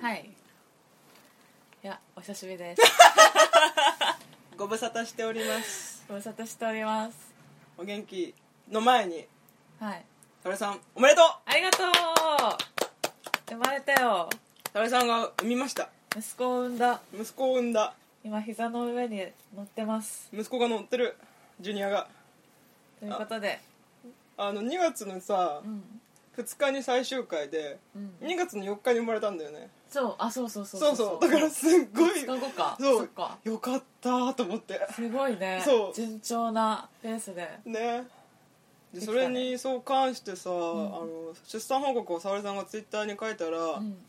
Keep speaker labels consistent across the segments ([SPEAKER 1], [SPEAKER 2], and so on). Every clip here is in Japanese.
[SPEAKER 1] はいいやお久しぶりです
[SPEAKER 2] ご無沙汰しております
[SPEAKER 1] ご無沙汰しております
[SPEAKER 2] お元気の前に
[SPEAKER 1] はい
[SPEAKER 2] タレさんおめでとう
[SPEAKER 1] ありがとう生まれたよ
[SPEAKER 2] タレさんが産みました
[SPEAKER 1] 息子を産んだ
[SPEAKER 2] 息子を産んだ
[SPEAKER 1] 今膝の上に乗ってます
[SPEAKER 2] 息子が乗ってるジュニアが
[SPEAKER 1] ということで
[SPEAKER 2] あの2月のさ
[SPEAKER 1] うん
[SPEAKER 2] 2日に最終回で
[SPEAKER 1] うん
[SPEAKER 2] 2月の4日に生まれたんだよね
[SPEAKER 1] そうあそうそうそう
[SPEAKER 2] そうそうだからすっごい
[SPEAKER 1] 2日後か
[SPEAKER 2] そう
[SPEAKER 1] そっか
[SPEAKER 2] よかったーと思って
[SPEAKER 1] すごいね
[SPEAKER 2] そう
[SPEAKER 1] 順調なペースで
[SPEAKER 2] ね
[SPEAKER 1] でき
[SPEAKER 2] で
[SPEAKER 1] た
[SPEAKER 2] そ
[SPEAKER 1] ね
[SPEAKER 2] れにそう関してさ、あの出産報告を沙織さんがツイッターに書いたら、
[SPEAKER 1] うん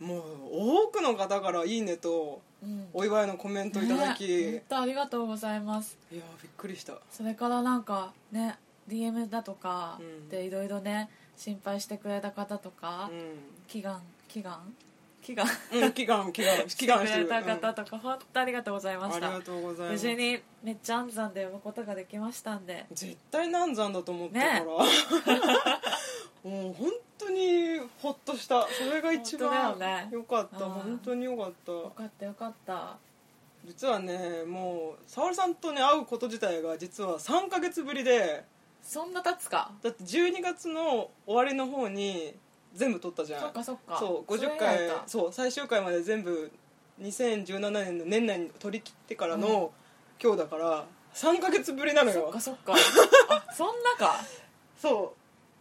[SPEAKER 2] もう多くの方から「いいね」と
[SPEAKER 1] うん
[SPEAKER 2] お祝いのコメントいただき、
[SPEAKER 1] ね本当ありがとうございます
[SPEAKER 2] いやーびっくりした
[SPEAKER 1] それからなんかね DM だとか
[SPEAKER 2] うん
[SPEAKER 1] でいろいろね心配してくれた方とか、
[SPEAKER 2] う
[SPEAKER 1] 祈願祈願祈願
[SPEAKER 2] ん、うん、祈願 祈願祈願し
[SPEAKER 1] してて
[SPEAKER 2] る
[SPEAKER 1] くれた
[SPEAKER 2] うん
[SPEAKER 1] 方とか、本当ありがとうございま
[SPEAKER 2] あ
[SPEAKER 1] し
[SPEAKER 2] り
[SPEAKER 1] た
[SPEAKER 2] がとうござい
[SPEAKER 1] 無
[SPEAKER 2] ます
[SPEAKER 1] 事にめっちゃ安産で産むことができましたんで
[SPEAKER 2] 絶対難産だと思ったから、
[SPEAKER 1] ね
[SPEAKER 2] もう本当にほっとしたそれが一
[SPEAKER 1] 本
[SPEAKER 2] 番
[SPEAKER 1] 当だよね
[SPEAKER 2] よかった
[SPEAKER 1] うん
[SPEAKER 2] 本当によかっ
[SPEAKER 1] よ
[SPEAKER 2] た
[SPEAKER 1] かったよかった
[SPEAKER 2] 実はねもう沙織さんとね会うこと自体が実は3ヶ月ぶりで
[SPEAKER 1] そんな経つか
[SPEAKER 2] だって12月の終わりの方に全部撮ったじゃん
[SPEAKER 1] そっかそっか
[SPEAKER 2] そう
[SPEAKER 1] それ
[SPEAKER 2] 50
[SPEAKER 1] 以
[SPEAKER 2] 回
[SPEAKER 1] 来か
[SPEAKER 2] そう最終回まで全部2017年の年内に取り切ってからの、今日だから3ヶ月ぶりなの
[SPEAKER 1] そっ
[SPEAKER 2] よ
[SPEAKER 1] かそっかあそんなか
[SPEAKER 2] そ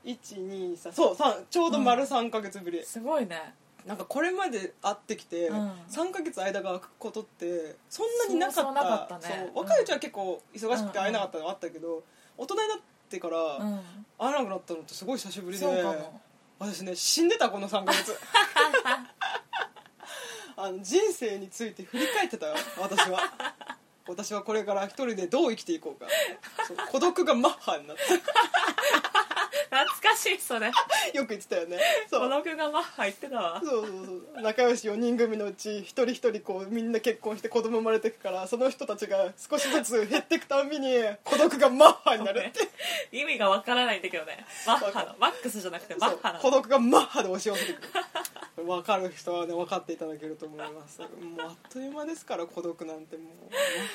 [SPEAKER 2] う123そう3ちょうど丸3ヶ月ぶり、
[SPEAKER 1] すごいね
[SPEAKER 2] なんかこれまで会ってきて、
[SPEAKER 1] うん
[SPEAKER 2] 3ヶ月間が空くことってそんなになかった
[SPEAKER 1] そうそうなかったね
[SPEAKER 2] そう若いうちは結構忙しくて会えなかったのがあったけど、大人になってから
[SPEAKER 1] うん
[SPEAKER 2] 会えなくなったのってすごい久しぶりで、
[SPEAKER 1] そうかも
[SPEAKER 2] 私ね死んでたこの3 ヶ月あの人生について振り返ってたよ私は私はこれから一人でどう生きていこうかそう孤独がマッハになっ
[SPEAKER 1] 懐かしいそれ
[SPEAKER 2] てよく言ってたよねそ
[SPEAKER 1] 孤
[SPEAKER 2] う
[SPEAKER 1] 独がマッハ言ってたわ
[SPEAKER 2] そうそうそう仲良し4人組のうち一人一人こうみんな結婚して子供生まれてくからその人たちが少しずつ減ってくたんびに孤独がマッハになるって
[SPEAKER 1] 意味がわからないんだけどねマッハのマックスじゃなくてマッハな
[SPEAKER 2] そう孤
[SPEAKER 1] の
[SPEAKER 2] 独がマッハで押し寄せてくる分かる人はね分かっていただけると思いますもうあっという間ですから孤独なんてもう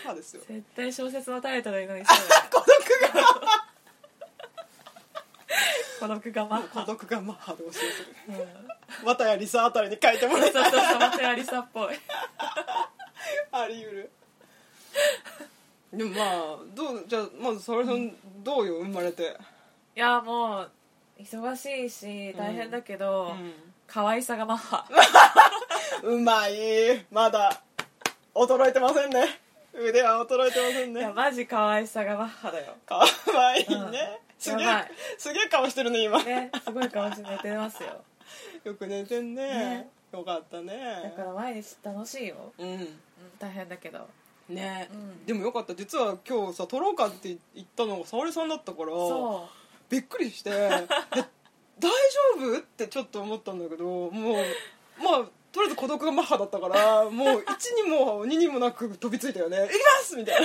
[SPEAKER 2] マッハですよ
[SPEAKER 1] 絶対小説のタイトルになりそうだよね孤独がマッ
[SPEAKER 2] 孤
[SPEAKER 1] ハ
[SPEAKER 2] 独がマッハで押し寄せる
[SPEAKER 1] うん
[SPEAKER 2] 綿谷りさあたりに書いてもら
[SPEAKER 1] そう
[SPEAKER 2] え
[SPEAKER 1] そうそうマテアリサっぽい
[SPEAKER 2] あり得るでもまあどうじゃあまず沙織さんどうよ生まれて
[SPEAKER 1] いやもう忙しいし大変だけど、可愛さがマッハ
[SPEAKER 2] うまいまだ衰えてませんね腕は衰えてません
[SPEAKER 1] い
[SPEAKER 2] ね
[SPEAKER 1] やマジ可愛さがマッハだよ
[SPEAKER 2] かわいいね、
[SPEAKER 1] うん
[SPEAKER 2] すげえ
[SPEAKER 1] やばい
[SPEAKER 2] すげえ顔してるね今
[SPEAKER 1] ねすごい顔して寝てますよ
[SPEAKER 2] よく寝てんね
[SPEAKER 1] ね
[SPEAKER 2] よかったね
[SPEAKER 1] だから毎日楽しいよ、
[SPEAKER 2] うん
[SPEAKER 1] うん、大変だけど
[SPEAKER 2] ね、
[SPEAKER 1] うん
[SPEAKER 2] でもよかった実は今日さ撮ろうかって言ったのが沙織さんだったから
[SPEAKER 1] そ
[SPEAKER 2] びっくり してえ大丈夫ってちょっと思ったんだけどもうまあとりあえず孤独がマッハだったからもう1にも2にもなく飛びついたよね「行きます!」みたい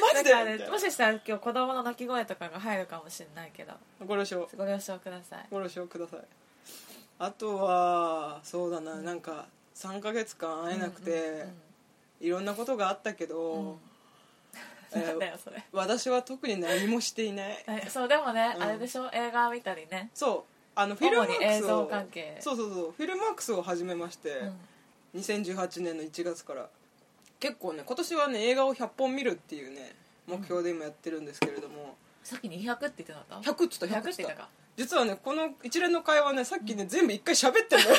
[SPEAKER 2] な
[SPEAKER 1] う
[SPEAKER 2] マ
[SPEAKER 1] だ
[SPEAKER 2] ジ
[SPEAKER 1] か
[SPEAKER 2] で
[SPEAKER 1] ら、
[SPEAKER 2] みた
[SPEAKER 1] ね、
[SPEAKER 2] い
[SPEAKER 1] も
[SPEAKER 2] な
[SPEAKER 1] しかしたら今日子供の泣き声とかが入るかもしれないけど
[SPEAKER 2] ご了承
[SPEAKER 1] ご了承ください
[SPEAKER 2] ご了承くださいあとはそうだななんか3ヶ月間会えなくて、いろんなことがあったけど、
[SPEAKER 1] うんうん
[SPEAKER 2] えー
[SPEAKER 1] なんだよそれ
[SPEAKER 2] 私は特に何もしていない
[SPEAKER 1] はいそうでもね、
[SPEAKER 2] うん
[SPEAKER 1] あれでしょ映画見たりね
[SPEAKER 2] そうあのフィルマーク
[SPEAKER 1] 主に映
[SPEAKER 2] ス
[SPEAKER 1] 像
[SPEAKER 2] を
[SPEAKER 1] 関係
[SPEAKER 2] そうそうそうフィルマークスを始めまして、
[SPEAKER 1] うん
[SPEAKER 2] 2018年の1月から結構ね今年はね映画を100本見るっていうね目標で今やってるんですけれども、
[SPEAKER 1] さっき200って言ってなかった
[SPEAKER 2] 100っつった100
[SPEAKER 1] 100
[SPEAKER 2] っ
[SPEAKER 1] っ
[SPEAKER 2] つ
[SPEAKER 1] て言
[SPEAKER 2] った
[SPEAKER 1] ったか
[SPEAKER 2] 実はねこの一連の会話ねさっきね、全部一回喋ってんのよ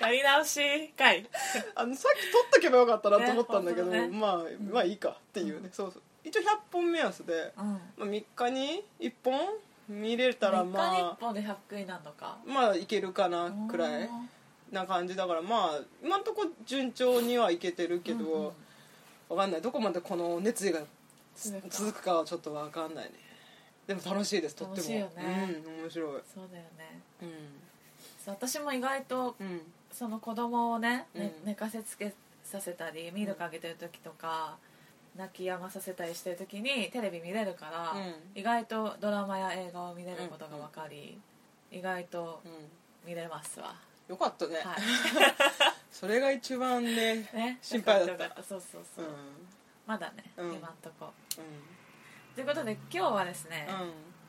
[SPEAKER 1] やり直しかい
[SPEAKER 2] あのさっき撮っとけばよかったなと思ったんだけど、
[SPEAKER 1] ね本当ね
[SPEAKER 2] まあまあいいかっていうね、そうそう一応100本目安で、
[SPEAKER 1] うん
[SPEAKER 2] まあ、3日に1本見れたら
[SPEAKER 1] 3日に
[SPEAKER 2] ま
[SPEAKER 1] 1本で100になるのか
[SPEAKER 2] あまあいけるかなくらいな感じだからまあ今んとこ順調にはいけてるけど、
[SPEAKER 1] うんうん
[SPEAKER 2] わかんないどこまでこの熱意が
[SPEAKER 1] 続くか
[SPEAKER 2] 続くかはちょっとわかんないねでも楽しいですとっても
[SPEAKER 1] 楽しいよね
[SPEAKER 2] うん、面白い
[SPEAKER 1] そうだよね
[SPEAKER 2] うん
[SPEAKER 1] そう私も意外と
[SPEAKER 2] うん
[SPEAKER 1] その子供をねね
[SPEAKER 2] うん
[SPEAKER 1] 寝かせつけさせたりミルクあげてる時とか泣き止まさせたりしてる時にテレビ見れるから、
[SPEAKER 2] うん
[SPEAKER 1] 意外とドラマや映画を見れることが分かり、意外と
[SPEAKER 2] うん
[SPEAKER 1] 見れますわ、
[SPEAKER 2] よかったね、
[SPEAKER 1] は
[SPEAKER 2] それが一番ね
[SPEAKER 1] い、ね
[SPEAKER 2] 心配だった
[SPEAKER 1] よかよかそうそう
[SPEAKER 2] う
[SPEAKER 1] そ
[SPEAKER 2] ん
[SPEAKER 1] う、
[SPEAKER 2] うん
[SPEAKER 1] まだね、
[SPEAKER 2] うん
[SPEAKER 1] 今んとこということで今日はですね、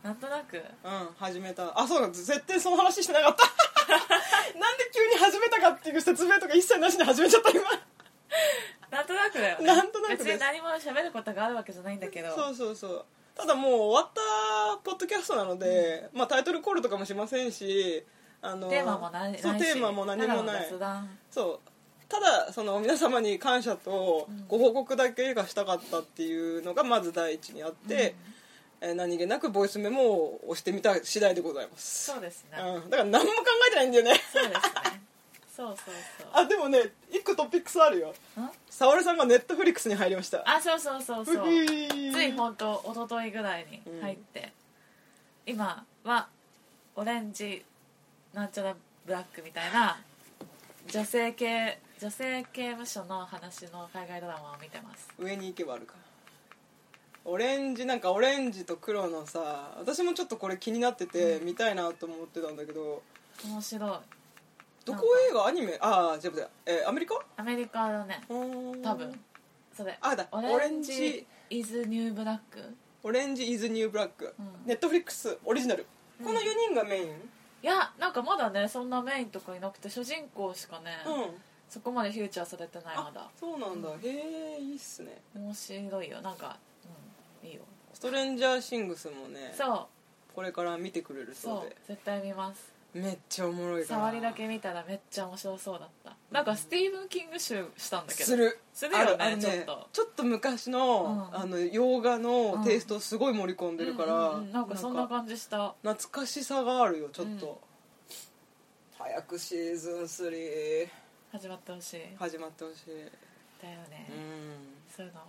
[SPEAKER 1] なんとなく
[SPEAKER 2] うんうん始めたあそうだ絶対その話してなかった なんで急に始めたかっていう説明とか一切なしで始めちゃった今
[SPEAKER 1] なんとなくだよね
[SPEAKER 2] なんとなくです
[SPEAKER 1] 別に何も喋ることがあるわけじゃないんだけど
[SPEAKER 2] そうそうそうただもう終わったポッドキャストなので、まあ、タイトルコールとかもしませんしあの
[SPEAKER 1] テーマもな
[SPEAKER 2] そう
[SPEAKER 1] ないし
[SPEAKER 2] テーマも何も
[SPEAKER 1] ただ
[SPEAKER 2] な
[SPEAKER 1] の
[SPEAKER 2] い
[SPEAKER 1] 雑談
[SPEAKER 2] そうただその皆様に感謝と
[SPEAKER 1] うん
[SPEAKER 2] ご報告だけがしたかったっていうのがまず第一にあって、えー何気なくボイスメモを押してみた次第でございます、
[SPEAKER 1] そうですね、
[SPEAKER 2] うん、だから何も考えてないんだよね
[SPEAKER 1] そうですねそうそうそう
[SPEAKER 2] あでもね一個トピックスあるよ
[SPEAKER 1] ん
[SPEAKER 2] 沙織さんがネットフリックスに入りました
[SPEAKER 1] あそうそうそうそう
[SPEAKER 2] ふ
[SPEAKER 1] つ
[SPEAKER 2] ひー
[SPEAKER 1] い本当一昨日ぐらいに入って、今はオレンジなんちゃらブラックみたいな女性系女性刑務所の話の海外ドラマを見てます
[SPEAKER 2] 上に行けばあるかオレンジなんかオレンジと黒のさ私もちょっとこれ気になってて見たいなと思ってたんだけど
[SPEAKER 1] 面白い
[SPEAKER 2] どこ映画アニメああじゃあ、えーアメリカ
[SPEAKER 1] アメリカだね多
[SPEAKER 2] 多
[SPEAKER 1] 分それ
[SPEAKER 2] あだ
[SPEAKER 1] オ
[SPEAKER 2] オ
[SPEAKER 1] レ
[SPEAKER 2] レ
[SPEAKER 1] ン
[SPEAKER 2] ン
[SPEAKER 1] ジ
[SPEAKER 2] ジ
[SPEAKER 1] イズニューブラック
[SPEAKER 2] オレンジ・イズ・ニュー・ブラック、
[SPEAKER 1] うん
[SPEAKER 2] ネットフリックスオリジナル、
[SPEAKER 1] うん
[SPEAKER 2] この4人がメイン、
[SPEAKER 1] いやなんかまだねそんなメインとかいなくて主人公しかね、
[SPEAKER 2] うん
[SPEAKER 1] そこまでフューチャーされてないまだ
[SPEAKER 2] あそうなんだ、へえいいっすね
[SPEAKER 1] 面白いよなんか、うん、いいよ
[SPEAKER 2] ストレンジャー・シングスもね
[SPEAKER 1] そう
[SPEAKER 2] これから見てくれる
[SPEAKER 1] そ
[SPEAKER 2] そう
[SPEAKER 1] う
[SPEAKER 2] で
[SPEAKER 1] 絶対見ます
[SPEAKER 2] めっちゃおもろいから
[SPEAKER 1] 触りだけ見たらめっちゃ面白そうだったなんかスティーブン・キング集したんだけど
[SPEAKER 2] する
[SPEAKER 1] するよね
[SPEAKER 2] ああの
[SPEAKER 1] ちょっと
[SPEAKER 2] ちょっと昔の,、
[SPEAKER 1] うん
[SPEAKER 2] あの洋画のテイストをすごい盛り込んでるから、
[SPEAKER 1] うんうんうんなんかそんな感じした
[SPEAKER 2] なんか懐かしさがあるよちょっと、早くシーズン3
[SPEAKER 1] 始まってほしい
[SPEAKER 2] 始まってほしい、
[SPEAKER 1] だよね、
[SPEAKER 2] うん
[SPEAKER 1] そういうの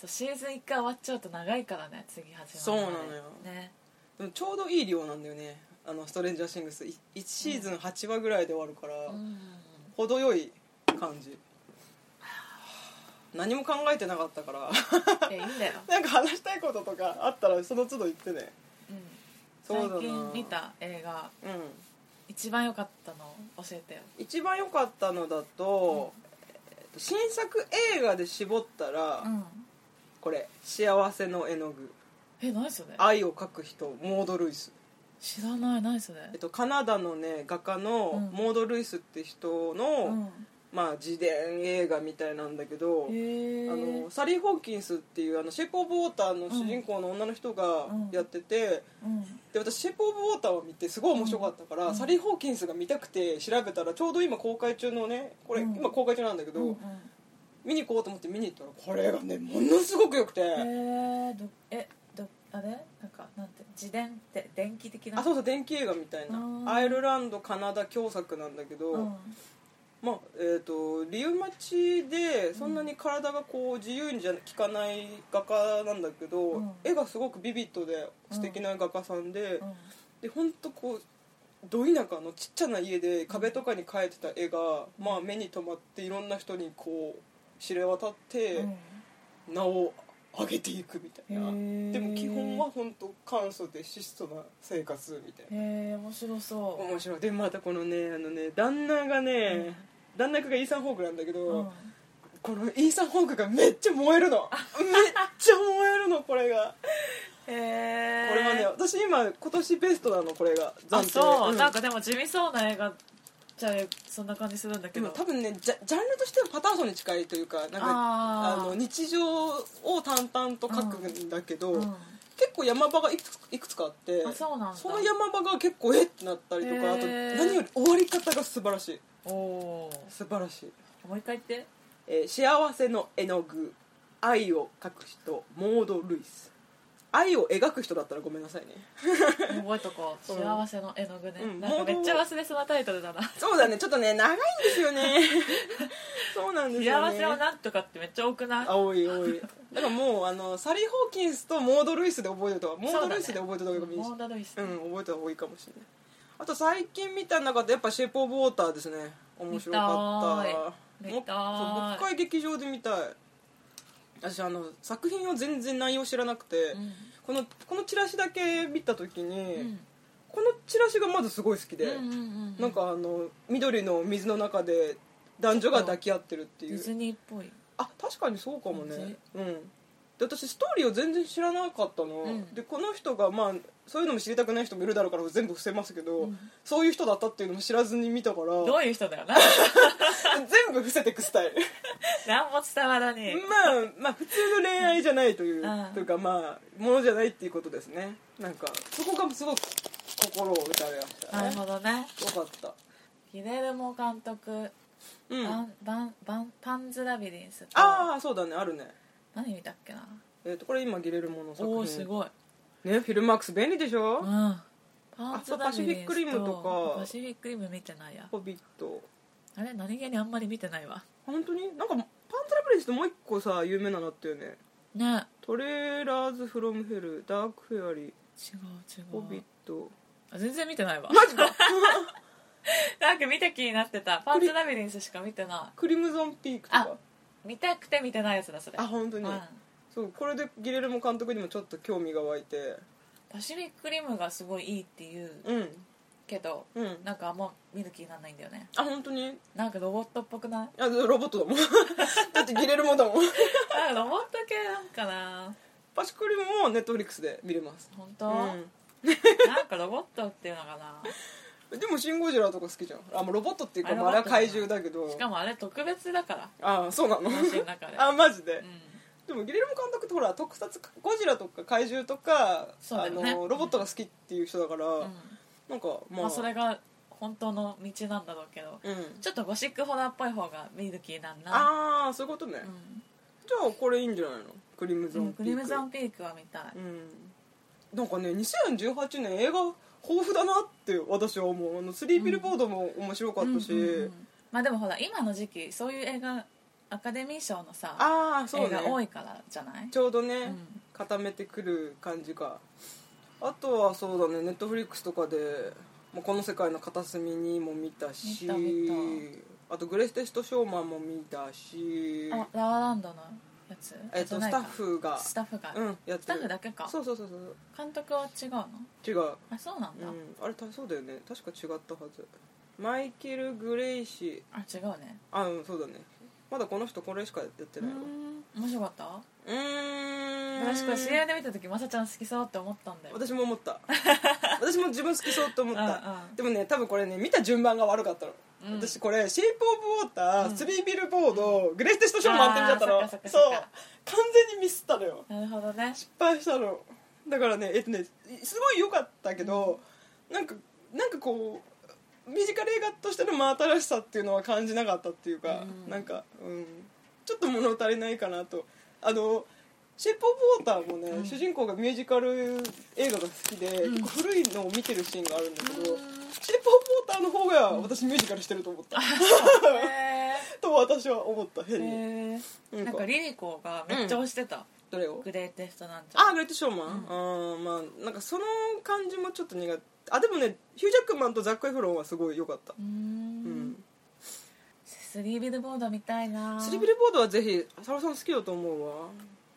[SPEAKER 1] そうシーズン1回終わっちゃうと長いからね次始まるまで
[SPEAKER 2] そうなのよ
[SPEAKER 1] ね
[SPEAKER 2] でもちょうどいい量なんだよねあのストレンジャーシングス1シーズン8話ぐらいで終わるから、
[SPEAKER 1] うん
[SPEAKER 2] 程よい感じ何も考えてなかったから
[SPEAKER 1] いやいいんだよ、
[SPEAKER 2] なんか話したいこととかあったらその都度言ってね
[SPEAKER 1] うん、
[SPEAKER 2] そうだな
[SPEAKER 1] 最近見た映画
[SPEAKER 2] うん
[SPEAKER 1] 一番良かったの教えてよ
[SPEAKER 2] 一番良かったのだと、えっと新作映画で絞ったら、
[SPEAKER 1] うん
[SPEAKER 2] これ「幸せの絵の具
[SPEAKER 1] え何それ
[SPEAKER 2] 愛を描く人モード・ルイス」
[SPEAKER 1] 知らない何それ
[SPEAKER 2] えっと、カナダのね画家の
[SPEAKER 1] うん
[SPEAKER 2] モード・ルイスって人の、
[SPEAKER 1] うん
[SPEAKER 2] まあ、自伝映画みたいなんだけど、
[SPEAKER 1] へえ
[SPEAKER 2] あのサリー・ホーキンスっていうあのシェイプ・オブ・ウォーターの主人公の女の人が
[SPEAKER 1] うん
[SPEAKER 2] やってて、
[SPEAKER 1] うん
[SPEAKER 2] で私シェイプ・オブ・ウォーターを見てすごい面白かったから、
[SPEAKER 1] うん
[SPEAKER 2] サリー・ホーキンスが見たくて調べたらちょうど今公開中のねこれ、
[SPEAKER 1] うん
[SPEAKER 2] 今公開中なんだけど、
[SPEAKER 1] うんうん
[SPEAKER 2] 見に行こうと思って見に行ったらこれがねものすごく良くて、
[SPEAKER 1] へえどえどあれなんかなんて自伝って電気的な
[SPEAKER 2] あそうそう電気映画みたい
[SPEAKER 1] あー
[SPEAKER 2] なアイルランドカナダ共作なんだけど、
[SPEAKER 1] うん
[SPEAKER 2] まあえー、とリウマチでそんなに体がこう自由にじゃ効かない画家なんだけど、
[SPEAKER 1] うん
[SPEAKER 2] 絵がすごくビビッドで素敵な画家さんで、
[SPEAKER 1] うん
[SPEAKER 2] で本当こうど田舎のちっちゃな家で壁とかに描いてた絵が、まあ、目に留まっていろんな人にこう知れ渡って名を上げていくみたいな、
[SPEAKER 1] うん
[SPEAKER 2] でも基本は本当簡素で質素な生活みたいな
[SPEAKER 1] へえ面白そ
[SPEAKER 2] 面白いでまたこのねあのね旦那がね、旦那役がイーサン・ホークなんだけど、
[SPEAKER 1] う、うん、
[SPEAKER 2] このイーサン・ホークがめっちゃ燃えるのめっちゃ燃えるのこれが
[SPEAKER 1] へえ
[SPEAKER 2] これはね私今今年ベストなのこれが
[SPEAKER 1] あ
[SPEAKER 2] 暫定
[SPEAKER 1] そう、
[SPEAKER 2] ん
[SPEAKER 1] なんかでも地味そうな映画じゃあそんな感じするんだけ
[SPEAKER 2] で
[SPEAKER 1] ど
[SPEAKER 2] も多分ねジャジャンルとしてはパターソンに近いというかなんか
[SPEAKER 1] あ
[SPEAKER 2] あ
[SPEAKER 1] ー
[SPEAKER 2] の日常を淡々と書くんだけど、
[SPEAKER 1] うん
[SPEAKER 2] 結構山場がいくついくつかあって
[SPEAKER 1] あそうなんだ
[SPEAKER 2] の山場が結構えってなったりと
[SPEAKER 1] へ
[SPEAKER 2] かあと
[SPEAKER 1] ー
[SPEAKER 2] 何より終わり方が素晴らしい
[SPEAKER 1] おお
[SPEAKER 2] 素晴らしい
[SPEAKER 1] もう一回言って
[SPEAKER 2] えー幸せの絵の具愛を描く人モード・ルイス愛を描く人だったらごめんなさいね
[SPEAKER 1] 覚えとこ う
[SPEAKER 2] うん
[SPEAKER 1] 幸せの絵の具ね、
[SPEAKER 2] うん
[SPEAKER 1] なんかめっちゃ忘れそうなタイトルだな
[SPEAKER 2] そうだねちょっとね長いんですよね そうなんですよ
[SPEAKER 1] 幸
[SPEAKER 2] ね
[SPEAKER 1] せをなんとかってめっちゃ多くない
[SPEAKER 2] あ多い多いだからもうあのサリー・ホーキンスとモード・ルイスで覚えてたモード・ルイスで覚えてた方がいいし
[SPEAKER 1] モーダルイス、
[SPEAKER 2] うん覚えた方がいいかもしれないあと最近見た中でやっぱ「シェイプ・オブ・ウォーター」ですね面白かった
[SPEAKER 1] 見たい見たい
[SPEAKER 2] もそうもう一回劇場で見たい私あの作品を全然内容知らなくて、
[SPEAKER 1] うん
[SPEAKER 2] このこのチラシだけ見た時に、
[SPEAKER 1] うん
[SPEAKER 2] このチラシがまずすごい好きで、
[SPEAKER 1] うんうんうん、
[SPEAKER 2] なんかあの緑の水の中で男女が抱き合ってるってい
[SPEAKER 1] ディズ
[SPEAKER 2] う
[SPEAKER 1] ニーっぽい
[SPEAKER 2] あ確かにそうかもねうんで私ストーリーを全然知らなかったの、
[SPEAKER 1] うん
[SPEAKER 2] でこの人がまあそういうのも知りたくない人もいるだろうから全部伏せますけど、
[SPEAKER 1] うん
[SPEAKER 2] そういう人だったっていうのも知らずに見たから
[SPEAKER 1] どういう人だよな
[SPEAKER 2] 全部伏せてくスタイル
[SPEAKER 1] 何も伝わらねえ
[SPEAKER 2] まあまあ普通の恋愛じゃないという、
[SPEAKER 1] うん
[SPEAKER 2] というかまあものじゃないっていうことですねなんかそこがすごく心を打たれました
[SPEAKER 1] な
[SPEAKER 2] ね
[SPEAKER 1] るほどね
[SPEAKER 2] よかった
[SPEAKER 1] ギレルモ監督、
[SPEAKER 2] うん
[SPEAKER 1] バ
[SPEAKER 2] あ
[SPEAKER 1] ンバンバンパンズラビリンスと
[SPEAKER 2] あーそうだねあるね
[SPEAKER 1] 何見たっけな
[SPEAKER 2] えー、とこれ今ギレルモの作品
[SPEAKER 1] おおすごい、
[SPEAKER 2] ねフィルマークス便利でしょ、
[SPEAKER 1] うん、
[SPEAKER 2] ホ
[SPEAKER 1] パンツラビリンスと
[SPEAKER 2] あそうパシフィックリムとか
[SPEAKER 1] パシフィックリム見てないや
[SPEAKER 2] ビット
[SPEAKER 1] あれ何気にあんまり見てないわ
[SPEAKER 2] 本当になんかパンツラブレスともう一個さ有名なのあったよね
[SPEAKER 1] ね
[SPEAKER 2] トレーラーズ・フロム・ヘルダーク・フェアリー
[SPEAKER 1] 違う
[SPEAKER 2] ホ
[SPEAKER 1] 違
[SPEAKER 2] ビッ
[SPEAKER 1] う
[SPEAKER 2] ト
[SPEAKER 1] あ全然見てないわ
[SPEAKER 2] マジか
[SPEAKER 1] なんか見た気になってたパンツラビリンスしか見てな
[SPEAKER 2] クリムゾン・ピークとか
[SPEAKER 1] い見たくて見てないやつだそれ
[SPEAKER 2] あ本当に、
[SPEAKER 1] うん
[SPEAKER 2] そうこれでギレルモ監督にもちょっと興味が湧いて
[SPEAKER 1] パシフィックリムがすごいいいっていう
[SPEAKER 2] うん
[SPEAKER 1] けど
[SPEAKER 2] うん
[SPEAKER 1] なんかあんま見る気にならないんだよね
[SPEAKER 2] あ本当に
[SPEAKER 1] なんかロボットっぽくない
[SPEAKER 2] あロボットだもん だってギレルモだもん
[SPEAKER 1] なんかロボット系なんかな
[SPEAKER 2] パシクリムもネットフリックスで見れます
[SPEAKER 1] 本当、
[SPEAKER 2] う
[SPEAKER 1] なんかロボットっていうのかなん
[SPEAKER 2] でもシン・ゴジラとか好きじゃんあもうロボットっていうか
[SPEAKER 1] あ
[SPEAKER 2] ま
[SPEAKER 1] ロ
[SPEAKER 2] だ
[SPEAKER 1] ボットだね
[SPEAKER 2] 怪獣だけど
[SPEAKER 1] しかもあれ特別だから
[SPEAKER 2] ああそうなの
[SPEAKER 1] 私の中で
[SPEAKER 2] あマジで、
[SPEAKER 1] うん
[SPEAKER 2] でもギレルモ監督ってほら特撮ゴジラとか怪獣とか、
[SPEAKER 1] そうだ
[SPEAKER 2] あ
[SPEAKER 1] よね
[SPEAKER 2] のロボットが好きっていう人だから、
[SPEAKER 1] うん
[SPEAKER 2] なんかまあ、
[SPEAKER 1] まあそれが本当の道なんだろうけど
[SPEAKER 2] うん、
[SPEAKER 1] ちょっとゴシックホラーっぽい方が見る気になんな
[SPEAKER 2] ああそういうことね、
[SPEAKER 1] うん
[SPEAKER 2] じゃあこれいいんじゃないのクリムゾ
[SPEAKER 1] う
[SPEAKER 2] ン
[SPEAKER 1] んクリムゾン
[SPEAKER 2] ピ
[SPEAKER 1] ピークは見たい
[SPEAKER 2] ークうんなんかね2018年映画豊富だなって私は思うあのスリーピルボードも面白かったし、
[SPEAKER 1] うんうんうんまあでもほら今の時期そういう映画アカデミー賞のさ
[SPEAKER 2] ああそ
[SPEAKER 1] 映
[SPEAKER 2] うね
[SPEAKER 1] 画多いからじゃない
[SPEAKER 2] ちょうどね、
[SPEAKER 1] うん
[SPEAKER 2] 固めてくる感じかあとはそうだねネットフリックスとかで「もうこの世界の片隅に」も見たし
[SPEAKER 1] 見た見
[SPEAKER 2] あと「グレイテスト・ショーマン」も見たし
[SPEAKER 1] あララランドのやつ
[SPEAKER 2] えっ
[SPEAKER 1] じゃ
[SPEAKER 2] と
[SPEAKER 1] ない
[SPEAKER 2] ス
[SPEAKER 1] か
[SPEAKER 2] タッフが
[SPEAKER 1] スタッフが、
[SPEAKER 2] うんやってる
[SPEAKER 1] スタッフだけか
[SPEAKER 2] そうそうそうそう
[SPEAKER 1] 監督は違うの
[SPEAKER 2] 違う、
[SPEAKER 1] あそうなんだ、
[SPEAKER 2] うん、あれたそうだよね確か違ったはずマイケル・グレイシー
[SPEAKER 1] あ違うね
[SPEAKER 2] あうんそうだねまだこの人これしかやって
[SPEAKER 1] う
[SPEAKER 2] ないわ
[SPEAKER 1] ーん面白かった
[SPEAKER 2] うーん
[SPEAKER 1] 私これ試合で見た時まさちゃん好きそうって思ったんだよ
[SPEAKER 2] 私も思った 私も自分好きそうと思った、
[SPEAKER 1] うんうん
[SPEAKER 2] でもね多分これね見た順番が悪かったの、
[SPEAKER 1] うん
[SPEAKER 2] 私これ「シェイプ・オブ・ウォーター」
[SPEAKER 1] うん
[SPEAKER 2] スリービルボード」グレイテスト・ショーマン」って見ちゃった
[SPEAKER 1] あ
[SPEAKER 2] の
[SPEAKER 1] ー
[SPEAKER 2] そ
[SPEAKER 1] そっ
[SPEAKER 2] う
[SPEAKER 1] かそっかそっか
[SPEAKER 2] 完全にミスったのよ
[SPEAKER 1] なるほどね
[SPEAKER 2] 失敗したのだからねえっとねすごい良かったけど、なんかなんかこうミュージカル映画としての真新しさっていうのは感じなかったっていうか、
[SPEAKER 1] うん
[SPEAKER 2] なんか、うん、ちょっと物足りないかなとあのシェイプ・オブ・ウォーターもね、
[SPEAKER 1] うん
[SPEAKER 2] 主人公がミュージカル映画が好きで、
[SPEAKER 1] ん
[SPEAKER 2] 結構古いのを見てるシーンがあるんだけど、
[SPEAKER 1] うーん
[SPEAKER 2] シェイプ・オブ・ウォーターの方が私ミュージカルしてると思った、
[SPEAKER 1] へ
[SPEAKER 2] と私は思った
[SPEAKER 1] ー
[SPEAKER 2] 変に、
[SPEAKER 1] へー
[SPEAKER 2] なんか
[SPEAKER 1] なんかリリコがめっちゃ推してた、
[SPEAKER 2] どれを
[SPEAKER 1] グレイテストなんちゃら
[SPEAKER 2] あグレートショーマン、あーまあなんかその感じもちょっと苦手あでもねヒュージャックマンとザック・エフロンはすごい良かった
[SPEAKER 1] うー
[SPEAKER 2] うんん
[SPEAKER 1] スリービルボード見たいな
[SPEAKER 2] スリービルボードはぜひ浅野さん好きだと思うわ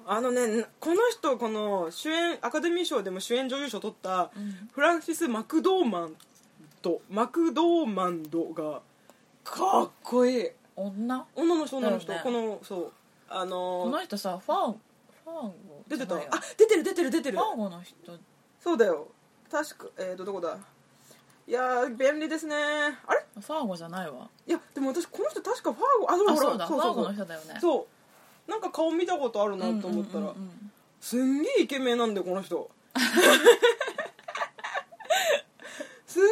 [SPEAKER 2] あのねこの人この主演アカデミー賞でも主演女優賞取った
[SPEAKER 1] うん
[SPEAKER 2] フランシス・マクドーマンドマクドーマンドがかっこいい
[SPEAKER 1] 女
[SPEAKER 2] 女の人女の人、
[SPEAKER 1] だよね
[SPEAKER 2] このそうあ
[SPEAKER 1] こ
[SPEAKER 2] の
[SPEAKER 1] の人さファンファンゴ
[SPEAKER 2] 出て
[SPEAKER 1] じ
[SPEAKER 2] たあ
[SPEAKER 1] ゃないよ
[SPEAKER 2] 出てる出てる出てる
[SPEAKER 1] ファンゴの人
[SPEAKER 2] そうだよ確かえっ、とどこだいやー便利ですねあれ
[SPEAKER 1] ファンゴじゃないわ
[SPEAKER 2] いやでも私この人確かファーゴあそう
[SPEAKER 1] あ
[SPEAKER 2] ほら
[SPEAKER 1] そうだ
[SPEAKER 2] そう
[SPEAKER 1] ファ
[SPEAKER 2] そ
[SPEAKER 1] ンゴの
[SPEAKER 2] うそ
[SPEAKER 1] 人
[SPEAKER 2] う
[SPEAKER 1] だよね
[SPEAKER 2] そうなんか顔見たことあるな
[SPEAKER 1] うん
[SPEAKER 2] と思ったら、
[SPEAKER 1] うんうん
[SPEAKER 2] すんげえイケメンなんだよこの 人すんげえ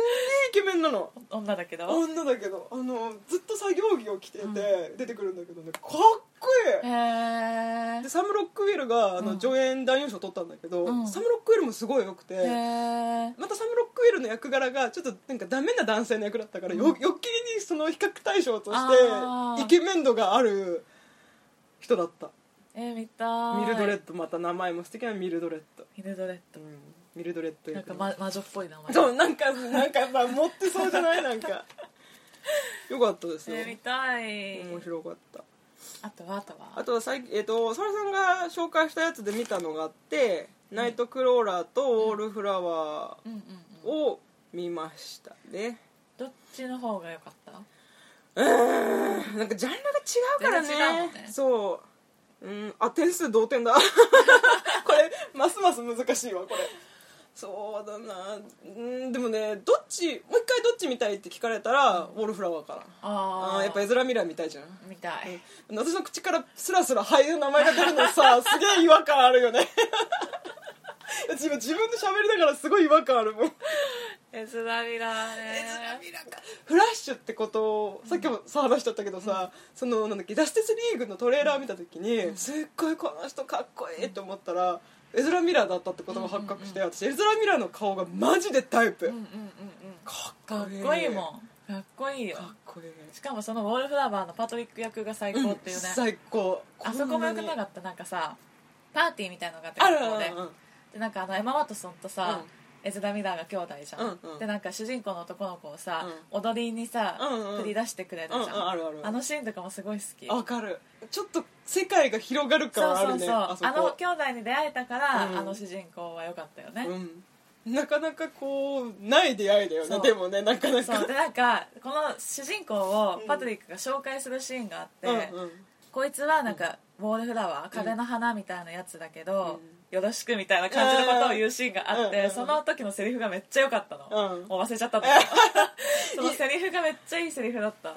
[SPEAKER 2] イケメンなの
[SPEAKER 1] うん女だけど
[SPEAKER 2] 女だけどあのずっと作業着を着てて、
[SPEAKER 1] う
[SPEAKER 2] 出てくるんだけどねかっこい
[SPEAKER 1] へえ
[SPEAKER 2] いでサム・ロックウィルがあ
[SPEAKER 1] う
[SPEAKER 2] の、
[SPEAKER 1] ん
[SPEAKER 2] 助演男優賞取ったんだけど、
[SPEAKER 1] うん
[SPEAKER 2] サム・ロックウィルもすごい良くて、
[SPEAKER 1] へえ
[SPEAKER 2] またサム・ロックウェルの役柄がちょっとなんかダメな男性の役だったから、よ余計にその比較対象と
[SPEAKER 1] あ
[SPEAKER 2] して
[SPEAKER 1] ー
[SPEAKER 2] イケメン度がある人だった
[SPEAKER 1] え見たい
[SPEAKER 2] ミルドレッ
[SPEAKER 1] ド
[SPEAKER 2] ドまた名前も素敵なミルドレッド、
[SPEAKER 1] ミルドレッ
[SPEAKER 2] う
[SPEAKER 1] ド
[SPEAKER 2] ん、ミルドレッド
[SPEAKER 1] なん
[SPEAKER 2] 役
[SPEAKER 1] か、ま、魔女っぽい名前
[SPEAKER 2] そうなん かなんかさ持ってそうじゃないなんかよかったですよ、
[SPEAKER 1] え見たい
[SPEAKER 2] 面白かった
[SPEAKER 1] あとはあと
[SPEAKER 2] あ
[SPEAKER 1] は
[SPEAKER 2] とは最近えっ、とサラさんが紹介したやつで見たのがあって、ナイトクローラーとウォールフラワー
[SPEAKER 1] うんうんうん
[SPEAKER 2] を見ましたね
[SPEAKER 1] どっちの方が良かった
[SPEAKER 2] うー んなんかジャンルが違うからね
[SPEAKER 1] 全然違うもんね
[SPEAKER 2] そううんあ点数同 点だこれますます難しいわこれそうだなうんでもねどっちもう一回どっち見たいって聞かれたら、ウォールフラワーから
[SPEAKER 1] あ
[SPEAKER 2] あ
[SPEAKER 1] あ
[SPEAKER 2] ーやっぱ絵面ミラー見たいじゃん
[SPEAKER 1] 見たい
[SPEAKER 2] 私の口からスラスラ俳優の名前が出るの さすげえ違和感あるよね 自分自分で喋りながらすごい違和感あるもん
[SPEAKER 1] エズラミラー
[SPEAKER 2] えずら
[SPEAKER 1] ね
[SPEAKER 2] みらかフラッシュってことをさっきもさ話しちゃったけどさ、そのなんだっけジャスティスリーグのトレーラー見た時に、すっごいこの人かっこいいと思ったらエズラ・ミラーだったってことが発覚して、私エズラ・ミラーの顔がマジでタイプ、
[SPEAKER 1] うんうんうんうん
[SPEAKER 2] かっ
[SPEAKER 1] かっ
[SPEAKER 2] こいい
[SPEAKER 1] こいいもんかっこいいよ
[SPEAKER 2] かっこいい
[SPEAKER 1] しかもそのウォールフラワーのパトリック役が最高っていうね、
[SPEAKER 2] うん最高
[SPEAKER 1] あそこもよくなかっ
[SPEAKER 2] っ
[SPEAKER 1] たなんかさパーティーみたいなのがあって
[SPEAKER 2] ある
[SPEAKER 1] 学校で
[SPEAKER 2] あるある
[SPEAKER 1] でなんかあのエマ・ワトソンとさ、エズダ・ミラーが兄弟じゃん、
[SPEAKER 2] うんうん
[SPEAKER 1] でなんか主人公の男の子をさ、踊りにさ、
[SPEAKER 2] うんうん
[SPEAKER 1] 繰り出してくれるじゃん、
[SPEAKER 2] うんうんあるある
[SPEAKER 1] あのシーンとかもすごい好き
[SPEAKER 2] わかるちょっと世界が広がる
[SPEAKER 1] そ
[SPEAKER 2] 感
[SPEAKER 1] う
[SPEAKER 2] ある
[SPEAKER 1] そう
[SPEAKER 2] ね
[SPEAKER 1] そうあ
[SPEAKER 2] あそ
[SPEAKER 1] の
[SPEAKER 2] こ
[SPEAKER 1] 兄弟に出会えたから、
[SPEAKER 2] うん
[SPEAKER 1] あの主人公は良かったよね、
[SPEAKER 2] うん、なかなかこうない出会いだよ
[SPEAKER 1] そ
[SPEAKER 2] ね
[SPEAKER 1] う
[SPEAKER 2] でもねなかなか
[SPEAKER 1] そうでなんかこの主人公をパトリックが紹介するシーンがあって、
[SPEAKER 2] うんうん
[SPEAKER 1] こいつはなんか、ウォールフラワー風の花みたいなやつだけど、よろしくみたいな感じのことを言うシーンがあって、
[SPEAKER 2] うんうん
[SPEAKER 1] その時のセリフがめっちゃ良かったの、
[SPEAKER 2] うん
[SPEAKER 1] もう忘れちゃったんだけど そのセリフがめっちゃいいセリフだった